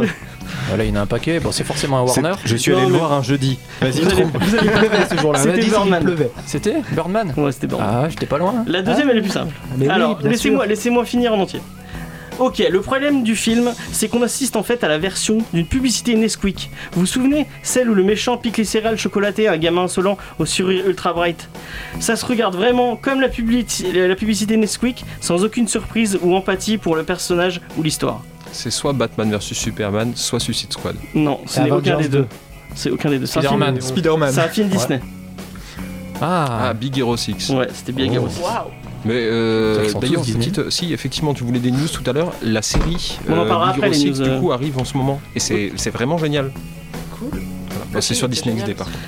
S7: Voilà, Ah, il y en a un paquet. Bon, c'est forcément un
S6: c'est-
S7: Warner.
S6: je suis allé
S1: Non,
S6: le
S1: mais-
S6: voir un jeudi. Vas-y,
S1: Vous allez-
S6: trompe.
S1: vous allez-
S2: ce jour-là.
S1: C'était
S2: On a dit qu'il
S1: Birdman.
S2: pleuvait.
S7: C'était Birdman
S1: Ouais, c'était bon.
S7: Ah, j'étais pas loin.
S1: La deuxième, elle est plus simple.
S2: Mais oui,
S1: Alors,
S2: bien
S1: laissez-moi
S2: sûr.
S1: laissez finir en entier. Ok, le problème du film, c'est qu'on assiste en fait à la version d'une publicité Nesquik. Vous vous souvenez Celle où le méchant pique les céréales chocolatées à un gamin insolent au sourire ultra bright. Ça se regarde vraiment comme la, publici- la publicité Nesquik, sans aucune surprise ou empathie pour le personnage ou l'histoire.
S5: C'est soit Batman vs Superman, soit Suicide Squad.
S1: Non, ce n'est aucun
S2: Avengers
S1: des deux. C'est aucun des deux. C'est un film-
S7: Spider-Man.
S4: Spider-Man.
S1: C'est un film
S7: Ouais.
S1: Disney.
S5: Ah,
S7: Ah,
S5: Big Hero 6.
S1: Ouais, c'était bien
S7: Oh.
S1: Garo.
S5: Mais euh,
S7: Ils sont tous
S5: d'ailleurs,
S7: Disney.
S5: petite, si effectivement tu voulais des news tout à l'heure, la série
S1: On en parlera
S5: Big
S1: après,
S5: Hero
S1: les news,
S5: Six,
S1: euh.
S5: du coup arrive en ce moment et c'est c'est vraiment génial.
S3: Cool.
S5: Voilà. Bah, c'est
S3: Ok,
S5: sur
S3: c'est
S5: Disney
S3: génial.
S5: XD par contre.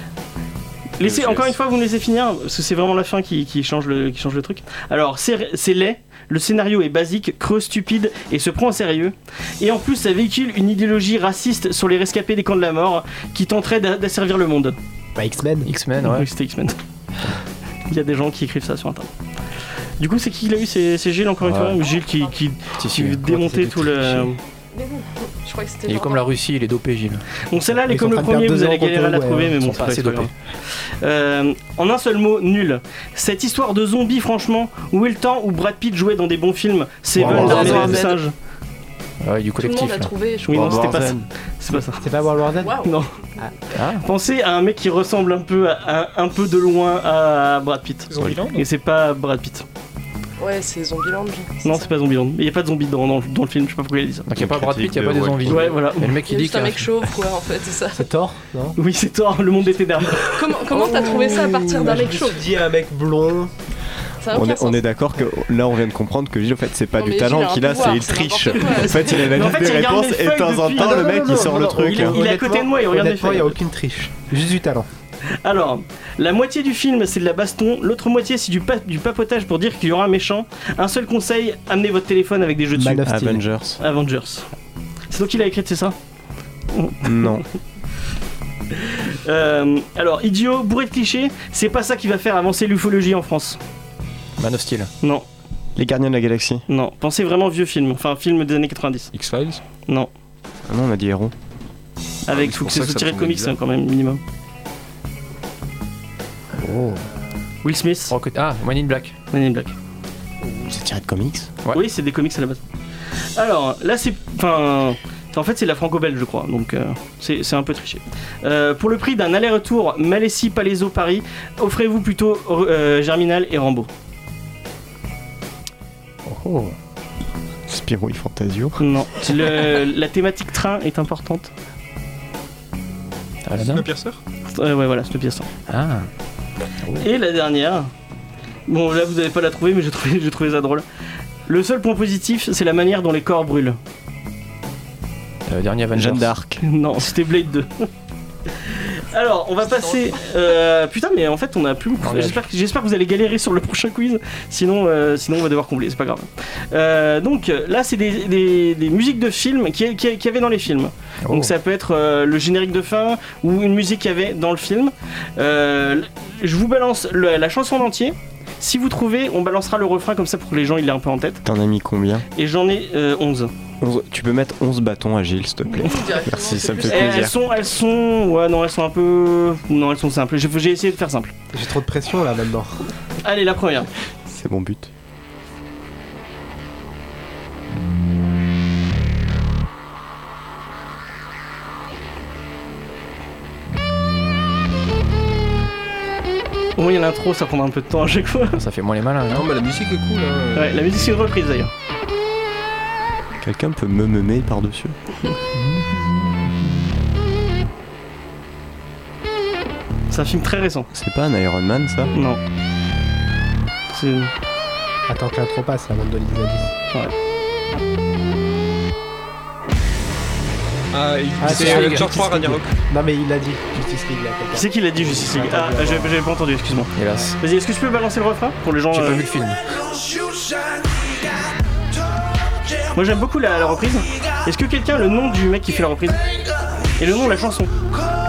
S1: Laissez,
S5: Je
S1: encore
S5: laisse.
S1: une fois, vous me laissez finir, parce que c'est vraiment la fin qui, qui change, le, qui change le truc. Alors, c'est c'est laid, le scénario est basique, creux, stupide et se prend au sérieux. Et en plus, ça véhicule une idéologie raciste sur les rescapés des camps de la mort qui tenterait d'a- d'asservir le monde.
S2: Bah, X-Men.
S7: X-Men,
S1: Donc,
S7: ouais.
S1: C'était X-Men. Il y a des gens qui écrivent ça sur internet. Du coup, c'est qui l'a eu C'est c'est Gilles, encore une
S7: Ouais.
S1: fois Gilles qui, qui,
S7: Si, hein.
S1: qui
S7: si.
S1: veut démonter tout le.
S3: Mais bon, je crois que c'était.
S7: Il est
S3: genre-
S7: comme la Russie, il est dopé, Gilles.
S1: Bon, celle-là, elle est
S2: Ils sont
S1: comme le
S2: en train de
S1: premier,
S2: perdre
S1: vous
S2: deux
S1: allez
S2: ans contre
S1: galérer à la
S2: eux, ouais,
S1: trouver, mais
S7: ils
S1: bon,
S7: sont
S1: ça
S7: pas
S1: va
S7: assez
S1: être pas
S7: dopés.
S1: grave. Euh, en un seul mot, nul. Cette histoire de zombie, franchement, où est le temps où Brad Pitt jouait dans des bons films Seven,
S7: World War
S1: Armée des
S3: Z.
S1: singes.
S7: Ah, ouais, du
S3: Tout le monde
S7: collectif.
S3: a
S7: là.
S3: trouvé, je
S1: Oui, non,
S6: World
S1: c'était
S6: War
S1: pas ça.
S6: Z.
S1: C'est pas ça.
S2: C'est pas World War Z
S3: crois. Waouh.
S1: Non.
S7: Ah.
S1: Pensez à un mec qui ressemble un peu, à- à- un peu de loin à Brad Pitt.
S4: Zombieland
S1: Et c'est pas Brad Pitt.
S3: Ouais, c'est Zombieland.
S1: Non,
S3: ça.
S1: c'est pas Zombieland. Il y a pas de zombie dans, dans, dans le film, je sais pas pourquoi il a dit ça.
S7: Donc, il n'y a pas Brad Pitt, il n'y a pas des envies.
S1: Ouais, voilà.
S7: Et le mec,
S3: Il
S7: il
S3: y a
S7: dit
S3: juste
S7: que.
S3: un mec chauve, quoi, en fait, c'est ça.
S2: C'est Thor, non
S1: Oui, c'est toi, le monde était derrière.
S3: Comment comment t'as trouvé ça à partir d'un mec chauve
S2: dit un mec blond.
S3: Ça a
S6: On
S3: aucun
S6: est, on
S3: sens.
S6: est d'accord que là on vient de comprendre que Gilles en fait c'est pas
S3: Non,
S6: du
S3: mais Gilles
S6: talent
S3: a un
S6: qu'il a, c'est
S3: pouvoir,
S6: il
S3: c'est
S6: triche.
S3: n'importe quoi.
S6: En fait il
S1: Mais en
S6: analyse
S1: fait,
S6: des
S1: il regarde
S6: réponses
S1: les
S6: et de
S1: feuilles
S6: temps en
S1: depuis-
S6: temps
S1: Non,
S6: le
S1: non,
S6: mec
S1: non,
S6: il
S1: non,
S6: sort le
S1: non,
S6: truc.
S1: il est- à côté de moi, il regarde les
S2: Honnêtement, il n'y a
S1: feuilles.
S2: aucune triche. Juste du talent.
S1: Alors, la moitié du film c'est de la baston, l'autre moitié c'est du, pa- du papotage pour dire qu'il y aura un méchant. Un seul conseil, amenez votre téléphone avec des jeux dessus.
S6: Bah,
S2: Man of Steel.
S6: Ah, Avengers.
S1: Avengers. C'est toi qui l'as écrite, c'est ça
S6: Non.
S1: Euh, Alors, idiot, bourré de clichés, c'est pas ça qui va faire avancer l'ufologie en France.
S7: Man of Steel.
S1: Non,
S6: Les Gardiens de la Galaxie.
S1: non. Pensez vraiment vieux film, enfin film des années 90.
S5: X-Files
S1: Non,
S6: Ah non on a dit héros.
S1: avec
S5: Ah, c'est
S1: tout
S5: pour
S1: ce
S5: ça que ça
S1: tiré
S5: tournait
S1: comics
S5: bizarre.
S1: hein, quand même, minimum.
S5: Oh.
S1: Will Smith,
S7: Rocket- Ah, Man in Black.
S1: Men in Black.
S6: C'est tiré de comics.
S7: Ouais.
S1: Oui, c'est des comics à la base. Alors, là, c'est. Enfin. En fait, c'est la franco-belge, je crois, donc euh, c'est c'est un peu triché. Euh, pour le prix d'un aller-retour Malaisie-Palaiso-Paris, offrez-vous plutôt euh, Germinal et Rambo.
S2: Oh.
S6: Spirou et Fantasio.
S1: Non, le- la thématique train est importante.
S7: Aladdin.
S4: Snowpiercer
S1: Euh, ouais, voilà, c'est bien ça.
S7: Ah.
S1: Et la dernière. Bon, là, vous n'allez pas la trouver, mais j'ai trouvé, j'ai trouvé ça drôle. Le seul point positif, c'est la manière dont les corps brûlent.
S7: Euh, dernier Avengers.
S6: Jeanne d'Arc.
S1: Non, c'était Blade 2. Alors, on va passer. euh, putain, mais en fait, on a plus. beaucoup- J'espère que, j'espère que vous allez galérer sur le prochain quiz. Sinon, euh, sinon on va devoir combler. C'est pas grave. Euh, donc euh, là, c'est des, des- des musiques de films qui qui- qu'il y avait dans les films. Donc ça peut être euh, le générique de fin ou une musique qu'il y avait dans le film. Euh, je vous balance le- la chanson en entier. Si vous trouvez, on balancera le refrain comme ça pour que les gens il l'aient un peu en tête.
S6: T'en as mis combien
S1: Et j'en ai euh, 11.
S6: Onze- Tu peux mettre 11 bâtons à Gilles, s'il te plaît. Merci, ça me fait
S1: Eh, Elles
S6: plaisir.
S1: sont, elles sont, ouais, non, elles sont un peu, non, elles sont simples. J'ai j'ai essayé de faire simple.
S8: J'ai trop de pression là maintenant.
S1: Allez, la première.
S6: C'est mon but.
S1: Au moins, il y a l'intro, ça prendra un peu de temps à chaque fois.
S7: Ça fait moins les malins,
S5: Non,
S7: non
S5: mais la musique est cool. hein.
S1: Ouais, la musique c'est une reprise d'ailleurs.
S6: Quelqu'un peut me meumer par-dessus
S1: C'est un film très récent.
S6: C'est pas un Iron Man, ça
S1: Non. C'est.
S2: Attends que l'intro passe avant de donner des indices.
S4: Ah, il-
S2: Ah,
S4: c'est
S2: c'est
S4: euh,
S2: Hulk.
S4: George Roy Ragnarok.
S2: Non mais il l'a dit, Justice League là.
S1: Qui
S2: quelqu'un.
S1: c'est qui l'a dit Justice League Ah, j'avais j'avais pas entendu, excuse-moi.
S7: Hélas.
S1: Vas-y, est-ce que tu peux balancer le refrain pour les gens
S7: J'ai pas
S1: euh,
S7: vu le film.
S1: Moi j'aime beaucoup la, la reprise. Est-ce que quelqu'un a le nom du mec qui fait la reprise Et le nom de la chanson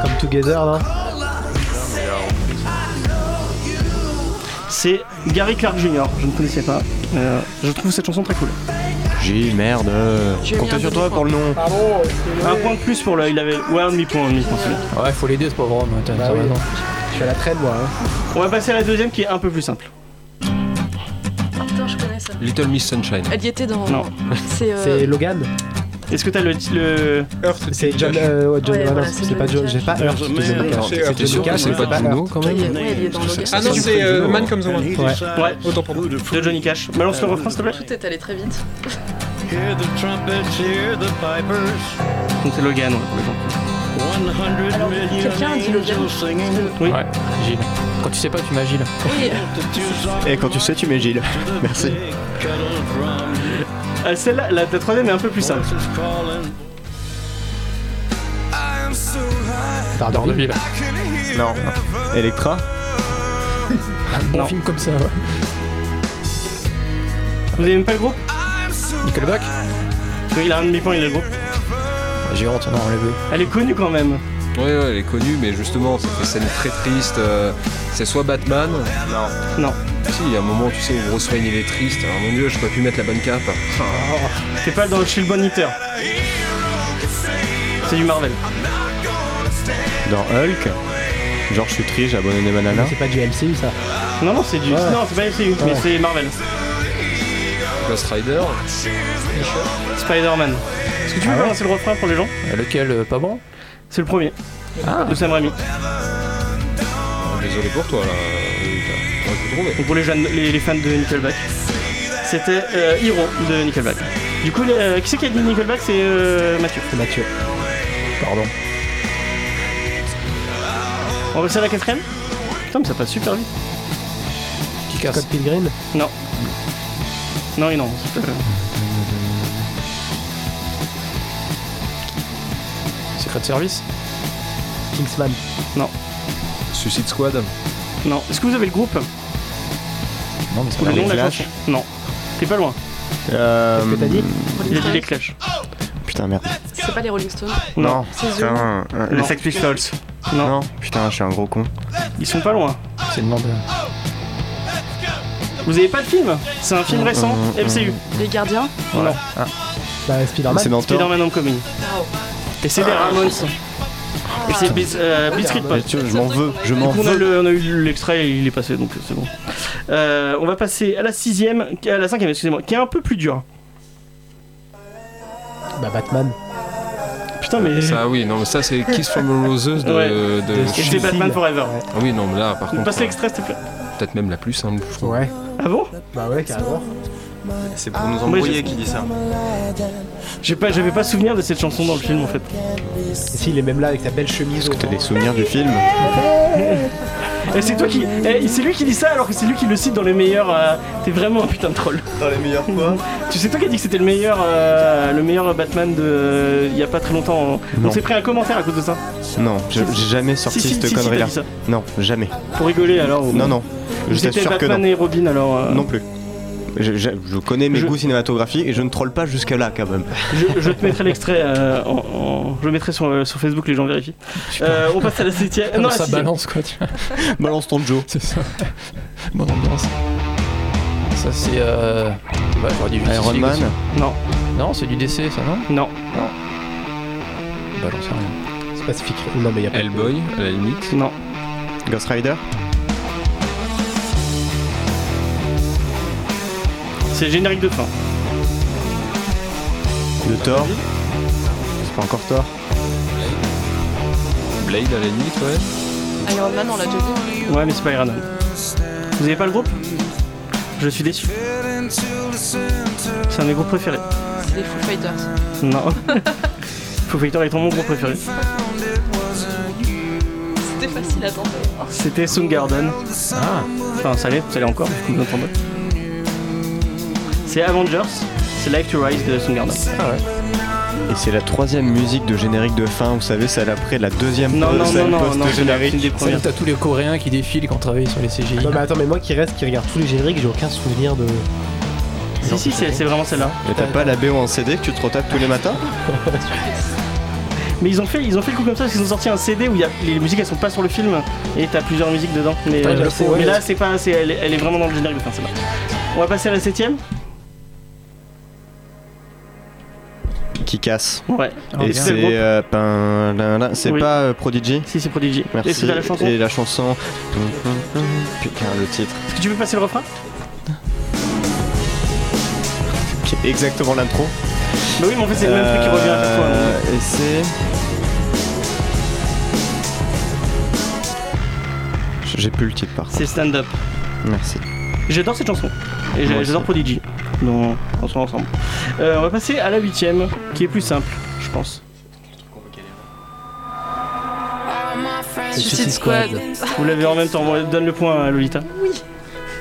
S2: Comme Together là.
S1: C'est Gary Clark Jr. Je ne connaissais pas. Euh, je trouve cette chanson très cool.
S6: Gilles, merde
S3: J'ai mis
S6: Comptez
S3: un
S6: sur toi
S3: demi-point.
S6: pour le nom
S1: Un point de plus pour le. Il avait. Ouais, un demi-point, un demi-point, c'est bien.
S7: Ouais, faut l'aider ce pauvre homme. hein, t'as-
S2: Bah
S7: t'as
S2: oui.
S7: raison.
S2: Je suis à la traîne moi. Hein.
S1: On va passer à la deuxième qui est un peu plus simple.
S3: Putain, je connais ça.
S5: Little Miss Sunshine.
S3: Elle y était dans.
S1: Non.
S3: C'est.
S2: C'est
S3: euh,
S2: Logan.
S1: Est-ce que t'as le. le...
S4: Earth,
S2: C'est John. Euh, ouais, John
S3: Ouais,
S2: ah non,
S3: voilà,
S2: c'est
S3: c'est
S2: c'est pas
S3: John
S2: John. J'ai pas Earth.
S9: Mais-
S2: excusez-moi, pardon.
S4: C'est Earth.
S5: T'es sûr que
S2: Logan,
S5: c'est pas
S2: Earth.
S5: Juno quand
S3: ouais,
S5: même
S3: ouais, elle y est dans Logan.
S4: Ah non, c'est euh, Man Comes the One.
S2: Ouais.
S1: Ouais,
S4: Autant pour moi.
S1: de Johnny Cash. Balance le refrain, s'il te plaît.
S3: Tout est allé très vite.
S9: Hear the trumpets, hear the pipers.
S1: Donc c'est Logan, ouais, pour les gens.
S9: 100
S3: quelqu'un a dit
S9: million
S3: le bien.
S9: angels singing.
S7: Ouais, Gilles. Quand tu sais pas, tu m'agiles.
S3: Oui,
S6: Et Eh, quand tu sais, tu mets Gilles. Merci.
S1: Ah, Celle-là, la, la troisième est un peu plus simple.
S7: Daredevil.
S6: Non. Electra
S7: Bon film comme ça, ouais.
S1: Vous avez même pas le groupe
S7: Nickelback
S1: Oui, Il a un demi-point, il a le groupe.
S7: J'ai honte, non, on l'a vu.
S1: Elle est connue quand même.
S5: Ouais, ouais, elle est connue, mais justement, ça fait scène très triste. euh, c'est soit Batman. Non.
S1: Non.
S5: Si, il y a un moment, tu sais, où Bruce Wayne, il est triste. Alors, mon dieu, je peux plus mettre la bonne cape.
S1: C'est pas dans chez le bon Eater. C'est du Marvel.
S6: Dans Hulk Genre, je suis triste, j'ai abandonné ma nana.
S2: C'est pas du MCU ça.
S1: Non, non, c'est du.
S2: Ouais.
S1: Non, c'est pas MCU, mais
S2: Ouais.
S1: c'est Marvel.
S5: Ghost Rider.
S1: Spider-Man. Est-ce que
S2: Ah
S1: tu peux balancer le refrain pour les gens
S7: Euh, Lequel euh, Pas bon
S1: C'est le premier.
S7: Ah.
S1: De Sam Raimi.
S5: Désolé pour toi, là. Euh, t'as- t'aurais pu trouver.
S1: Donc pour les, jeunes, les, les fans de Nickelback. C'était euh, Hero de Nickelback. Du coup, euh, qui c'est qui a dit Nickelback C'est euh, Mathieu.
S2: C'est Mathieu.
S7: Pardon.
S1: On va passer à la quatrième Putain, mais ça passe super vite.
S7: Qui casse
S2: Scott Pilgrim.
S1: Non. Non et non. c'est pas-
S7: Secret Service
S2: Kingsman.
S5: Suicide Squad.
S1: Non. Est-ce que vous avez le groupe
S7: Non, mais c'est
S1: ou
S7: pas
S1: le nom de la
S6: Clash
S1: chanson Non. T'es pas loin.
S6: Euh,
S2: Qu'est-ce que t'as dit
S1: Il a
S3: Rolling
S1: dit les
S3: Stones.
S1: Clash.
S6: Putain, merde.
S3: C'est pas les Rolling Stones.
S1: Non.
S3: C'est The Who.
S6: Putain, euh, les
S1: Non.
S6: Sex Pistols.
S1: Non.
S6: Non, putain, je suis un gros con.
S1: Ils sont pas loin.
S7: C'est le nom de.
S1: Vous avez pas le film C'est un film récent,
S6: mm,
S1: MCU.
S3: Les Gardiens.
S1: Non.
S2: Bah Spider-Man.
S6: C'est dans Thor
S1: Spider-Man Homecoming.
S3: Wow.
S1: Et c'est des Ramones. Et c'est Bis- euh, Biscuit Pop.
S6: Mais tu vois, je m'en veux, je m'en
S1: Donc on a,
S6: veux.
S1: le- on a eu l'extrait et il est passé donc c'est bon. Euh, on va passer à la sixième, à la cinquième, excusez-moi, qui est un peu plus dure.
S2: Bah Batman.
S1: Putain mais.
S5: Ça, oui, non, mais ça, c'est Kiss from a Roses de.
S1: Ouais.
S5: de-
S1: Et c'est Batman Forever.
S5: Ah oui, non, mais là, par
S1: Donc
S5: contre.
S1: passe l'extrait s'il te plaît.
S5: Peut-être même la plus simple, je trouve.
S2: Ouais.
S1: Ah bon
S2: Bah ouais carrément.
S6: C'est pour nous
S1: Oui, je-
S6: embrouiller qui dit ça.
S1: J'ai pas, j'avais pas souvenir de cette chanson dans le film en fait.
S2: Et s'il est même là avec sa belle chemise. au
S6: T'as
S2: vent.
S6: des souvenirs du film
S1: Et c'est toi qui, eh, c'est lui qui dit ça alors que c'est lui qui le cite dans les meilleurs. euh, T'es vraiment un putain de troll.
S6: Dans les meilleurs quoi
S1: Tu sais toi qui a dit que c'était le meilleur, euh, le meilleur Batman de, euh, il y a pas très longtemps. On
S6: Non.
S1: s'est pris un commentaire à cause de ça.
S6: Non, je- j'ai jamais sorti
S1: Si si si,
S6: cette
S1: si,
S6: connerie
S1: t'as
S6: là.
S1: dit ça.
S6: Non, jamais.
S1: Pour rigoler alors. ou-
S6: Non, non. Je
S1: C'était
S6: t'assure que
S1: Batman
S6: non.
S1: et Robin alors. euh,
S6: Non plus. Je, je- je connais mes
S1: Je-
S6: goûts cinématographiques et je ne troll pas jusqu'à là quand même.
S1: Je, je te mettrai l'extrait. euh, en, en- je le mettrai sur, euh, sur Facebook les gens vérifient. Euh, on passe à la septième.
S7: Non,
S1: non, la
S7: ça
S1: sixième.
S7: balance quoi, tu vois.
S6: Balance ton Joe.
S7: C'est ça. Bonne ambiance. Ça, c'est. Euh... Bah, j'aurais dit Justice
S6: Iron
S7: League
S6: Man.
S1: Non
S7: aussi. Non, c'est du DC, ça, non
S1: non.
S7: Bah, j'en sais rien.
S2: C'est Pacific Rim. Non, mais il y a pas.
S5: Hellboy, à la limite.
S1: Non,
S6: Ghost Rider.
S1: c'est le générique de fin.
S6: Le Thor. C'est pas encore Thor.
S5: Blade, à la limite, ouais.
S3: Iron Man, on l'a déjà dit.
S1: Ouais, mais c'est pas Iron Man. Vous avez pas le groupe Je suis déçu. C'est un de mes groupes préférés.
S3: C'est les Foo Fighters.
S1: Non. Foo Fighters étant mon groupe préféré.
S3: C'était facile à tenter.
S1: C'était Soundgarden.
S7: Ah,
S1: Enfin, ça l'est, ça l'est encore, je vous entendez. C'est Avengers, c'est Life to Rise de Soundgarden.
S6: Et c'est la troisième musique de générique de fin, vous savez, celle après la deuxième
S1: Non,
S6: pause,
S1: non, non, non,
S6: celle
S1: non, c'est la- c'est
S6: post-générique.
S1: une des
S7: ça,
S1: premières.
S7: t'as tous les Coréens qui défilent quand travaillent sur les CGI.
S2: Non, mais attends, mais moi qui reste, qui regarde tous les génériques, j'ai aucun souvenir de.
S1: Si, si, c'est c'est vraiment celle-là.
S6: Mais t'as pas la BO en CD que tu te retapes tous les matins
S1: Mais ils ont, fait, ils ont fait le coup comme ça parce qu'ils ont sorti un CD où il y a, les musiques elles sont pas sur le film et t'as plusieurs musiques dedans. Mais,
S7: Ouais,
S1: euh,
S7: je le sais, ouais.
S1: mais là c'est pas, c'est- elle, est- elle est vraiment dans le générique. Enfin, c'est là. On va passer à la septième.
S6: Qui casse.
S1: Ouais.
S7: Ah,
S6: et
S7: bien.
S1: C'est le
S6: c'est.
S1: groupe.
S6: euh, pin, lin, lin, c'est
S1: Oui.
S6: pas euh, Prodigy
S1: Si c'est Prodigy.
S6: Merci.
S1: Et c'est pas la chanson.
S6: Et la chanson. Putain, le titre.
S1: Est-ce que tu peux passer le refrain
S6: Qui est exactement l'intro.
S1: Bah oui, mais en fait c'est le même truc qui revient à chaque fois. hein.
S6: Euh, Et c'est. J'ai plus le titre par contre.
S1: C'est Stand Up.
S6: Merci.
S1: J'adore cette chanson. Et
S6: Moi
S1: j'a-
S6: aussi.
S1: j'adore Prodigy. Donc on se ensemble. Euh, on va passer à la huitième, qui est plus simple, je pense.
S3: Suicide Squad.
S1: Vous l'avez en même temps, on donne le point à Lolita.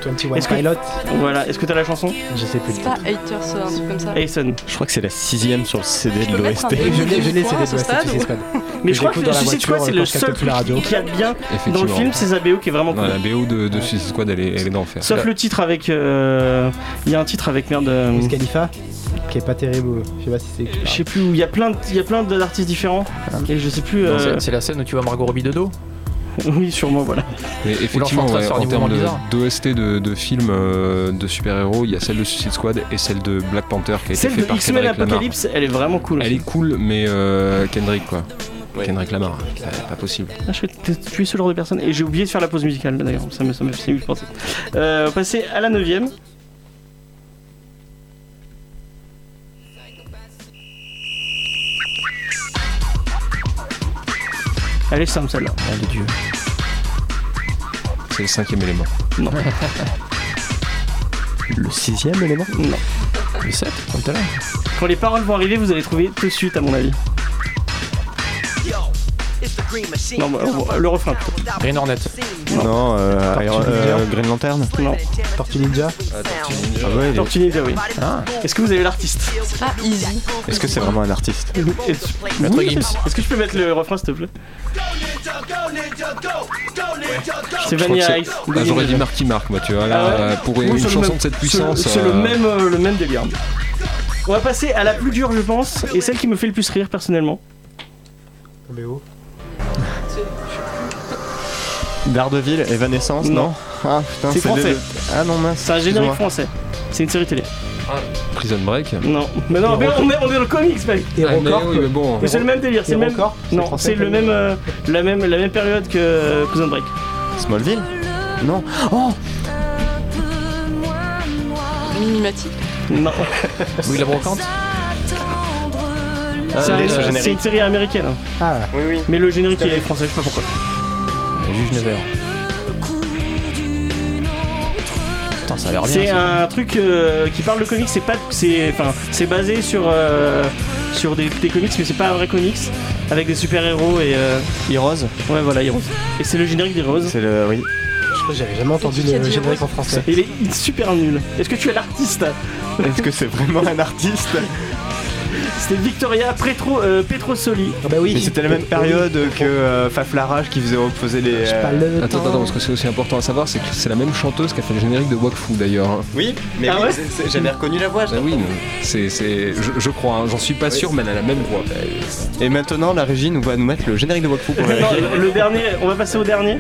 S2: 21
S1: Est-ce que-
S2: Pilot.
S1: Voilà, est-ce que t'as la chanson
S2: Je sais plus.
S3: C'est pas Haters, un truc comme ça.
S1: Ayson.
S6: Je crois que c'est la sixième sur le CD
S3: Je
S6: de
S3: peux mettre un
S6: l'OST.
S3: début
S2: Je l'ai, je l'ai,
S3: de
S2: c'est
S3: point à ce
S2: des
S3: stade
S2: Suicide
S3: ou-
S2: Squad.
S1: Mais
S2: Que
S1: je crois que
S2: j'écoute
S1: le
S2: dans la
S1: Suicide Squad
S2: voiture
S1: c'est le
S2: quand je capte
S1: seul
S2: plus la radio.
S1: truc qui a bien
S5: Effectivement.
S1: Dans le film, c'est sa BO qui est vraiment cool.
S5: Ouais, la BO de, de Suicide Squad, elle est, elle est d'enfer.
S1: Sauf le titre avec. euh, Il y a un titre avec merde. euh,
S2: Wiz Khalifa, qui est pas terrible. Je sais pas si c'est.
S1: je sais plus où. Il y a plein de- il y a plein d'artistes différents.
S2: Ah.
S1: Et je sais plus.
S7: Non,
S1: euh,
S7: c'est- C'est la scène où tu vois Margot Robbie de dos.
S1: oui, sûrement, voilà.
S5: Mais effectivement,
S7: l'enfant en train de
S5: ouais,
S7: faire
S5: en
S7: des
S5: termes
S7: mouvements
S5: de-
S7: bizarres.
S5: d'OST de, de films euh, de super-héros, il y a celle de Suicide Squad et celle de Black Panther qui a été
S1: Celle
S5: faite
S1: de
S5: par
S1: X-Men
S5: Kendrick Lamar.
S1: Apocalypse, elle est vraiment cool.
S5: Elle est cool, mais euh, Kendrick quoi.
S6: Ouais.
S5: Kendrick Lamar, hein. c'est pas possible.
S1: Ah, je, je suis ce genre de personne. Et j'ai oublié de faire la pause musicale d'ailleurs. Ça me ça me fait penser. Euh, on va passer à la 9 Elle est simple celle-là.
S7: Ah, de Dieu.
S5: C'est le cinquième élément.
S6: Le sixième élément
S1: Non.
S7: Le 7, comme tout à l'heure.
S1: Quand les paroles vont arriver, vous allez trouver tout de suite, à mon avis. Non, bah, bon, le refrain plutôt.
S7: Green Hornet.
S6: Non, euh,
S2: Tortue
S6: Iron- euh,
S2: Ninja.
S6: Green Lantern.
S1: Non.
S2: Tortue Ninja.
S6: Ah ouais, il est-
S1: Tortue Ninja, oui. Est-ce que vous avez l'artiste
S3: Ah, easy.
S6: Est-ce que c'est vraiment un artiste
S1: Est-ce
S7: Maître Gims.
S1: est-ce que je peux mettre le refrain, s'il te plaît C'est
S5: Je crois que
S1: Vanilla
S5: c'est-
S1: Ice.
S5: Ah, J'aurais dit Marky Mark, moi, tu vois. Là,
S1: Ah ouais.
S5: euh, pour
S1: Oui,
S5: une
S1: c'est le
S5: chanson
S1: même-
S5: de cette
S1: c'est-
S5: puissance.
S1: C'est le,
S5: euh,
S1: même, euh, le même délire. On va passer à la plus dure, je pense, et celle qui me fait le plus rire personnellement.
S2: Mais oh.
S6: D'Ardeville, Evanescence,
S1: Non.
S6: non, Ah putain,
S1: C'est français.
S6: des- Ah non, mince.
S1: C'est un générique
S6: excuse-moi.
S1: français. C'est une série télé.
S5: Prison Break.
S1: Non. Mais non, mais on est, on est dans le comics, mec.
S2: Et
S5: Ah, mais
S2: Rocorp.
S5: oui, mais bon.
S1: Mais c'est le même délire. C'est le même.
S2: Hérocorp, c'est
S1: Non,
S2: français,
S1: c'est le
S2: comme-
S1: même, euh, la même, la même période que euh, Prison Break.
S6: Smallville Non.
S3: Minimati.
S1: Non.
S7: Oui, la brocante.
S6: Ah,
S5: euh,
S1: C'est
S6: il est
S1: un-
S6: ce
S1: c'est
S6: générique.
S1: une série américaine. hein.
S2: Ah,
S6: Oui, oui.
S1: Mais le générique il euh, est français, je sais pas pourquoi.
S7: Le Juge Nevers.
S5: Putain, ça a l'air bien.
S1: C'est
S5: ça.
S1: un truc euh, qui parle de comics, c'est pas c'est enfin c'est basé sur euh, sur des, des comics mais c'est pas un vrai comics avec des super-héros et euh,
S6: Heroes
S1: ouais voilà Heroes. Et c'est le générique des Roses.
S6: C'est le. Oui.
S2: Je crois que j'avais jamais entendu
S3: qui qui a
S2: le
S3: dit
S2: générique
S3: Rose
S2: en français.
S1: Il est il est super nul. Est-ce que tu es l'artiste
S6: Est-ce que c'est vraiment un artiste
S1: C'était Victoria Pretro, euh, Petrosoli.
S2: Ah bah oui.
S6: Mais c'était la même période que euh, Faflarage qui faisait reposer les.
S2: J'ai pas
S6: euh,
S2: le
S5: Attends,
S2: temps.
S5: attends, attends, parce que c'est aussi important à savoir, c'est que c'est la même chanteuse qui a fait le générique de Wakfu d'ailleurs. hein.
S6: Oui, mais
S1: Ah
S6: oui,
S1: ouais
S6: c'est- c'est- j'avais reconnu la voix. je-
S1: Ah
S5: Bah oui, mais c'est, c'est, je, je crois, hein, j'en suis pas sûr, mais elle a la même voix.
S6: Et maintenant, la régie nous va nous mettre le générique de Wakfu pour
S1: Non,
S6: vérifier.
S1: le- le dernier, on va passer au dernier.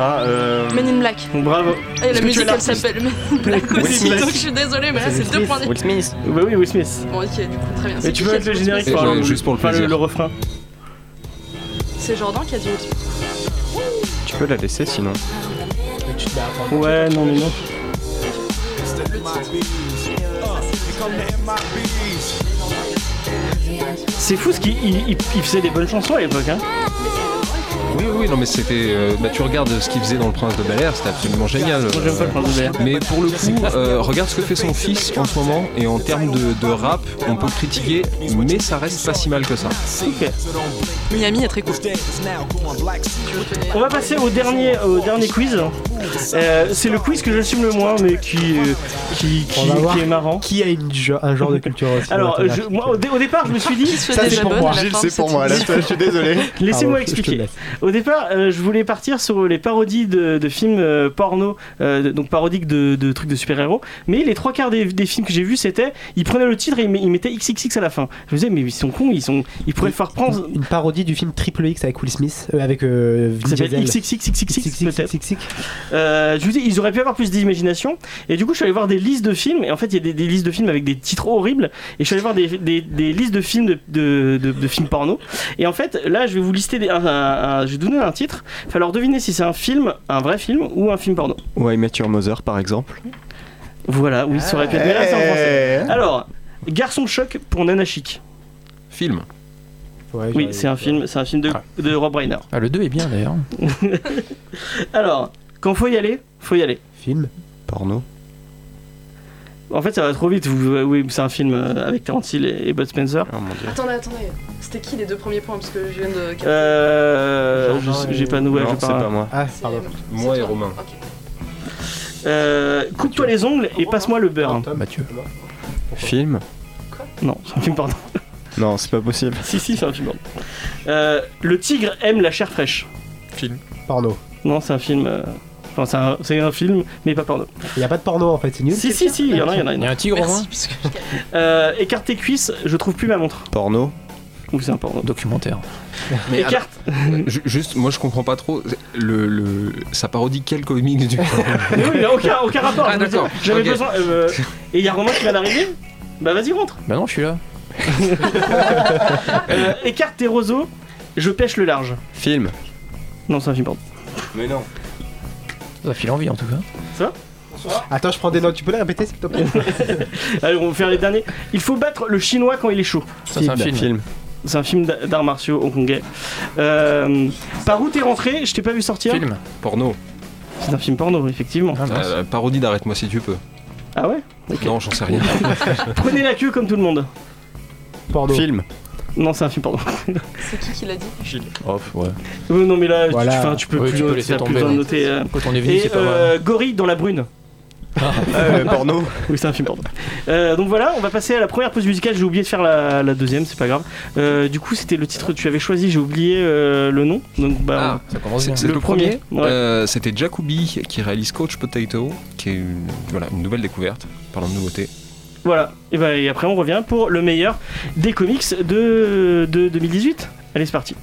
S6: Ah, euh.
S3: Men in Black.
S1: Donc, bravo.
S3: Et
S1: Est-ce
S3: la
S1: que tu
S3: musique,
S1: as
S3: elle s'appelle Men in Black
S6: Will
S3: aussi,
S6: Smith.
S3: donc je suis désolée, mais là, c'est deux points
S6: Will Smith
S1: Bah oui, Will Smith.
S3: Bon, ok, du coup, très bien.
S1: Et
S3: C'est
S1: tu
S3: qui
S1: veux
S3: qui a
S1: avec le
S3: dit
S1: générique
S5: Et
S1: enfin,
S5: ouais, juste pour le
S1: enfin,
S5: plaisir.
S1: le refrain.
S3: C'est Jordan qui a dit Will Smith.
S6: Tu peux la laisser sinon.
S1: Ouais, non mais non. C'est fou ce qu'il il, il- il faisait des bonnes chansons à l'époque. Hein.
S5: Oui, oui, oui, non, mais c'était. euh, bah, tu regardes ce qu'il faisait dans le Prince de Bel Air, c'était absolument génial.
S1: Moi j'aime pas le prince de Bel-Air.
S5: Mais pour le coup, euh, regarde ce que fait son fils en ce moment, et en termes de, de rap, on peut critiquer, mais ça reste pas si mal que ça.
S1: Ok.
S3: Miami est très cool.
S1: On va passer au dernier, au dernier quiz. Euh, c'est le quiz que j'assume le moins, mais qui, euh, qui,
S2: On
S1: qui,
S2: va voir.
S1: qui est marrant.
S2: Qui a une jo- un genre de culture euh, aussi
S1: Alors, euh, je- moi, au, dé- au départ, je me suis dit,
S3: Qui se
S2: Ça,
S3: fait
S2: c'est
S3: déjà
S2: pour
S3: bonne,
S2: moi.
S3: à la
S6: Gilles,
S3: fin,
S6: c'est pour moi, là,
S3: une-
S6: je suis désolé.
S2: Ah
S1: laissez-moi expliquer. Au départ, euh, je voulais partir sur les parodies de, de films euh, porno, euh, de- donc parodiques de, de trucs de super-héros, mais les trois quarts des, des films que j'ai vus, c'était, ils prenaient le titre et ils, met- ils mettaient XXX à la fin. Je me disais, mais ils sont cons, ils, sont, ils pourraient faire prendre...
S2: Une parodie du film Triple X avec Will Smith, euh, avec euh, Vin
S1: Ça s'appelle
S2: Diesel.
S1: XXXXXX peut-être.
S2: XXX.
S1: Euh, je me dis, ils auraient pu avoir plus d'imagination. Et du coup, je suis allé voir des listes de films. Et en fait, il y a des, des listes de films avec des titres horribles. Et je suis allé voir des, des- des listes de films de, de- de- de films porno. Et en fait, là, je vais vous lister des, un- un- un- je vais donner un titre. Il va falloir deviner si c'est un film, un vrai film ou un film porno.
S6: Ouais, Mathieu Mother par exemple.
S1: Voilà, oui, ça aurait pu être. mais là, c'est en français. Alors, Garçon choc pour Nana Chic.
S5: Film.
S2: Ouais,
S1: Oui,
S2: j'aurais-
S1: c'est un film, c'est un film de, de Rob Reiner.
S7: Ah, le 2 est bien d'ailleurs.
S1: Alors, quand faut y aller, faut y aller.
S2: Film.
S6: Porno.
S1: En fait, ça va trop vite. vous- oui, c'est un film euh, avec Terence Hill et, et Bud Spencer.
S6: Oh mon dieu.
S3: Attendez, attendez. C'était qui les deux premiers points Parce que je viens de.
S1: Euh, je sais- j'ai pas de nouvelles,
S6: non,
S1: je
S6: c'est
S1: parle.
S6: pas moi.
S2: Ah,
S3: C'est- euh,
S2: pardon.
S3: c'est
S5: Moi et
S3: toi.
S5: Romain.
S3: Ok.
S1: Euh, Coupe-toi les ongles et passe-moi le beurre.
S7: Mathieu.
S6: Film
S1: Non, c'est un film porno.
S6: Non, c'est pas possible.
S1: si, si, c'est un film porno. Euh, le tigre aime la chair fraîche.
S2: Porno.
S1: Non, c'est un film. euh, Enfin, c'est un- c'est un, film, mais pas porno.
S2: Il y a pas de porno en fait, c'est nul.
S1: Si, si, si, il y en a, il y en a. il y en a.
S7: un tigre
S3: Merci, parce que
S1: Euh, écarte tes cuisses, je trouve plus ma montre.
S6: Porno
S1: Ou c'est un porno.
S7: Documentaire.
S5: Mais
S1: Écarte.
S5: ju- juste, moi je comprends pas trop. Le, le- ça parodie quel comique du
S1: Mais oui, il n'y a aucun, aucun rapport.
S5: Ah,
S1: je me
S5: d'accord,
S1: dis- J'avais
S5: ok.
S1: besoin. euh, et il y a Romain qui vient d'arriver Bah, vas-y, rentre.
S7: Bah non, je suis là.
S1: Euh, écarte tes roseaux, je pêche le large.
S6: Film
S1: Non, c'est un film porno.
S6: Mais non.
S7: Ça file envie en tout cas.
S2: Attends, je prends des notes. Tu peux les répéter s'il te plaît
S1: Allez, on va faire les derniers. Il faut battre le chinois quand il est chaud.
S7: Ça, c'est un film.
S6: Film.
S1: C'est un film d'a- d'arts martiaux hongkongais. Euh, par où t'es rentré Je t'ai pas vu sortir.
S7: Film.
S5: Porno.
S1: C'est un film porno, effectivement.
S7: Ah, mince.
S5: Euh, parodie d'Arrête-moi si tu peux.
S1: Ah ouais
S5: Non, j'en sais rien.
S7: Ah.
S1: Prenez la queue comme tout le monde.
S2: Porno.
S6: Film.
S1: Non, c'est un film porno.
S3: c'est qui qui l'a dit
S7: Off, ouais.
S1: Oui, non, mais là, tu-
S2: Voilà.
S1: tu, enfin, tu peux
S7: Oui,
S1: plus,
S7: tu peux
S1: t'as
S7: laisser
S1: plus
S7: tomber.
S1: besoin de noter. euh.
S7: Quand on est venu,
S1: Et
S7: c'est pas mal.
S1: euh, Gorille dans la brune.
S6: Euh, porno.
S1: Oui, c'est un film porno. Euh, donc voilà, on va passer à la première pause musicale. J'ai oublié de faire la, la deuxième, c'est pas grave. Euh, du coup, c'était le titre que tu avais choisi. J'ai oublié euh, le nom. Donc bah,
S7: Ça commence bien.
S5: Ah. C'est c'est le, premier.
S1: premier, ouais.
S5: Euh, C'était Jacobi qui réalise Coach Potato, qui est une, voilà, une nouvelle découverte. Parlant de nouveauté.
S1: voilà. Et, bah, et après, on revient pour le meilleur des comics de, de 2018. Allez, c'est parti.